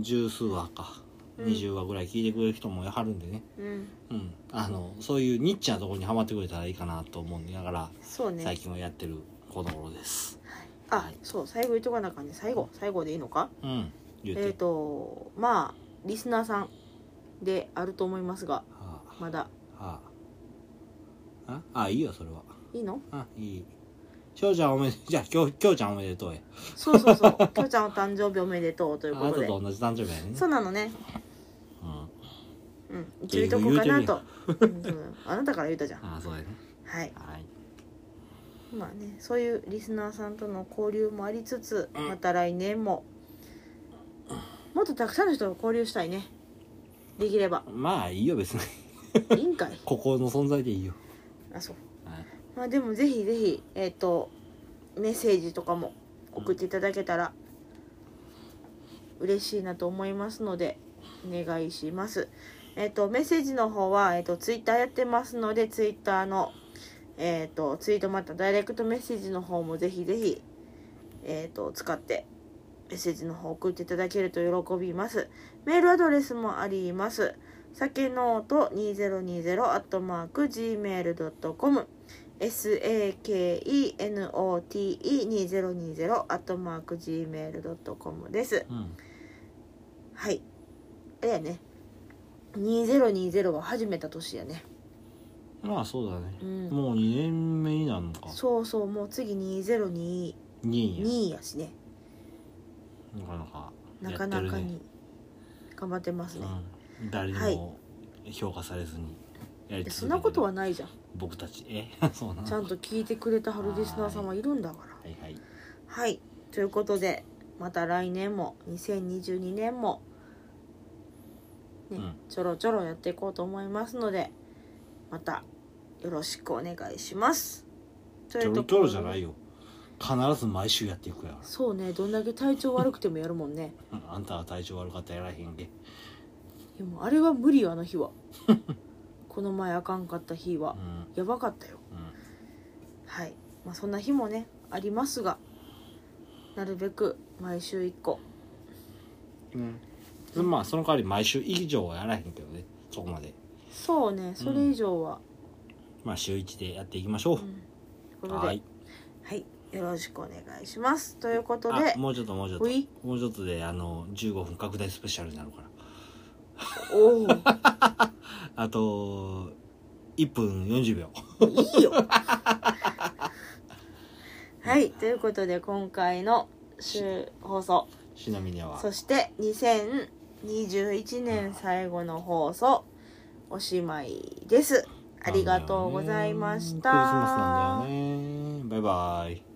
十数話か
うん
20話ぐらい聞いてくれる人もやはるんでね、
うん
うん、あのそういうニッチなところにはまってくれたらいいかなと思うんでだから
そうね
最近はやってるこの頃です、
あそう最後言っとかなあかんね最後最後でいいのか
うん言って、
えっ、とまあリスナーさんであると思いますが
は
まだ
あはあああいいよそれはい
いの
あいいしょうちゃんおめでじゃあきょうきょうちゃんおめでとうや
そうそうそう きょうちゃんお誕生日おめでとうという
あ
こ
な
と
た
で
と同じ誕生日やね
そうなのね
うん、
うんうん一応言うとこうかなと、うんそうだよあなたから言うたじゃん
ああそうやね
はい
はい
まあねそういうリスナーさんとの交流もありつつまた来年ももっとたくさんの人と交流したいねできれば
まあいいよ別に
いいんかい
ここの存在でいいよ、
あそう
はい、
まあでもぜひぜひえっ、とメッセージとかも送っていただけたら嬉しいなと思いますのでお願いしますえっ、とメッセージの方は、えっとツイッターやってますのでツイッターのえっ、とツイートまたダイレクトメッセージの方もぜひぜひえっ、と使ってメッセージの方送っていただけると喜びますメールアドレスもあります酒ノート2020 gmail.com sakenote2020-gmail.com です。
うん、
はい。あれやね。2020は始めた年やね。
まあそうだね、
うん
もう2年目になるのか
そうそう、もう次2022
2位や
やしね。
なかなか
なかなかに頑張ってますね。
うん、誰にも評価されずにやり続け
いや
てる
そんなことはないじゃん。
僕たちえ そうなの
ちゃんと聞いてくれたハルリスナー様いるんだから。
はいはい
はい。ということで、また来年も、2022年も、ね、
うん
ちょろちょろやっていこうと思いますので、また、よろしくお願いします。と
ちょろ
と
ち
こ
ょ
ろ
ろ
で
じゃないよ必ず毎週やっていくや
そうね、どんだけ体調悪くてもやるもんね。
うんあんたは体調悪かったらやらへんけ
いやもうあれは無理よ、あの日 は。この前あかんかった日
う
は。
ん
やばかったよ。
うん
はい。まあ、そんな日もね、ありますが、なるべく毎週1個。
うん、まあその代わり毎週以上はやらへんけどねそこまで
そうね、それ以上は、
まあ週1でやっていきましょう、
ということで
はい
はい、よろしくお願いします。ということ
あ
で、
もうちょっともうちょっと
ほい
もうちょっとであの15分拡大スペシャルになるから
おお、
あと1分40秒
いいよ。 はい、ということで、今回の週放送、
ちなみには
そして2021年最後の放送、おしまいです。ありがとうございました。
なんだよねクリスマスなんだよねバイバイ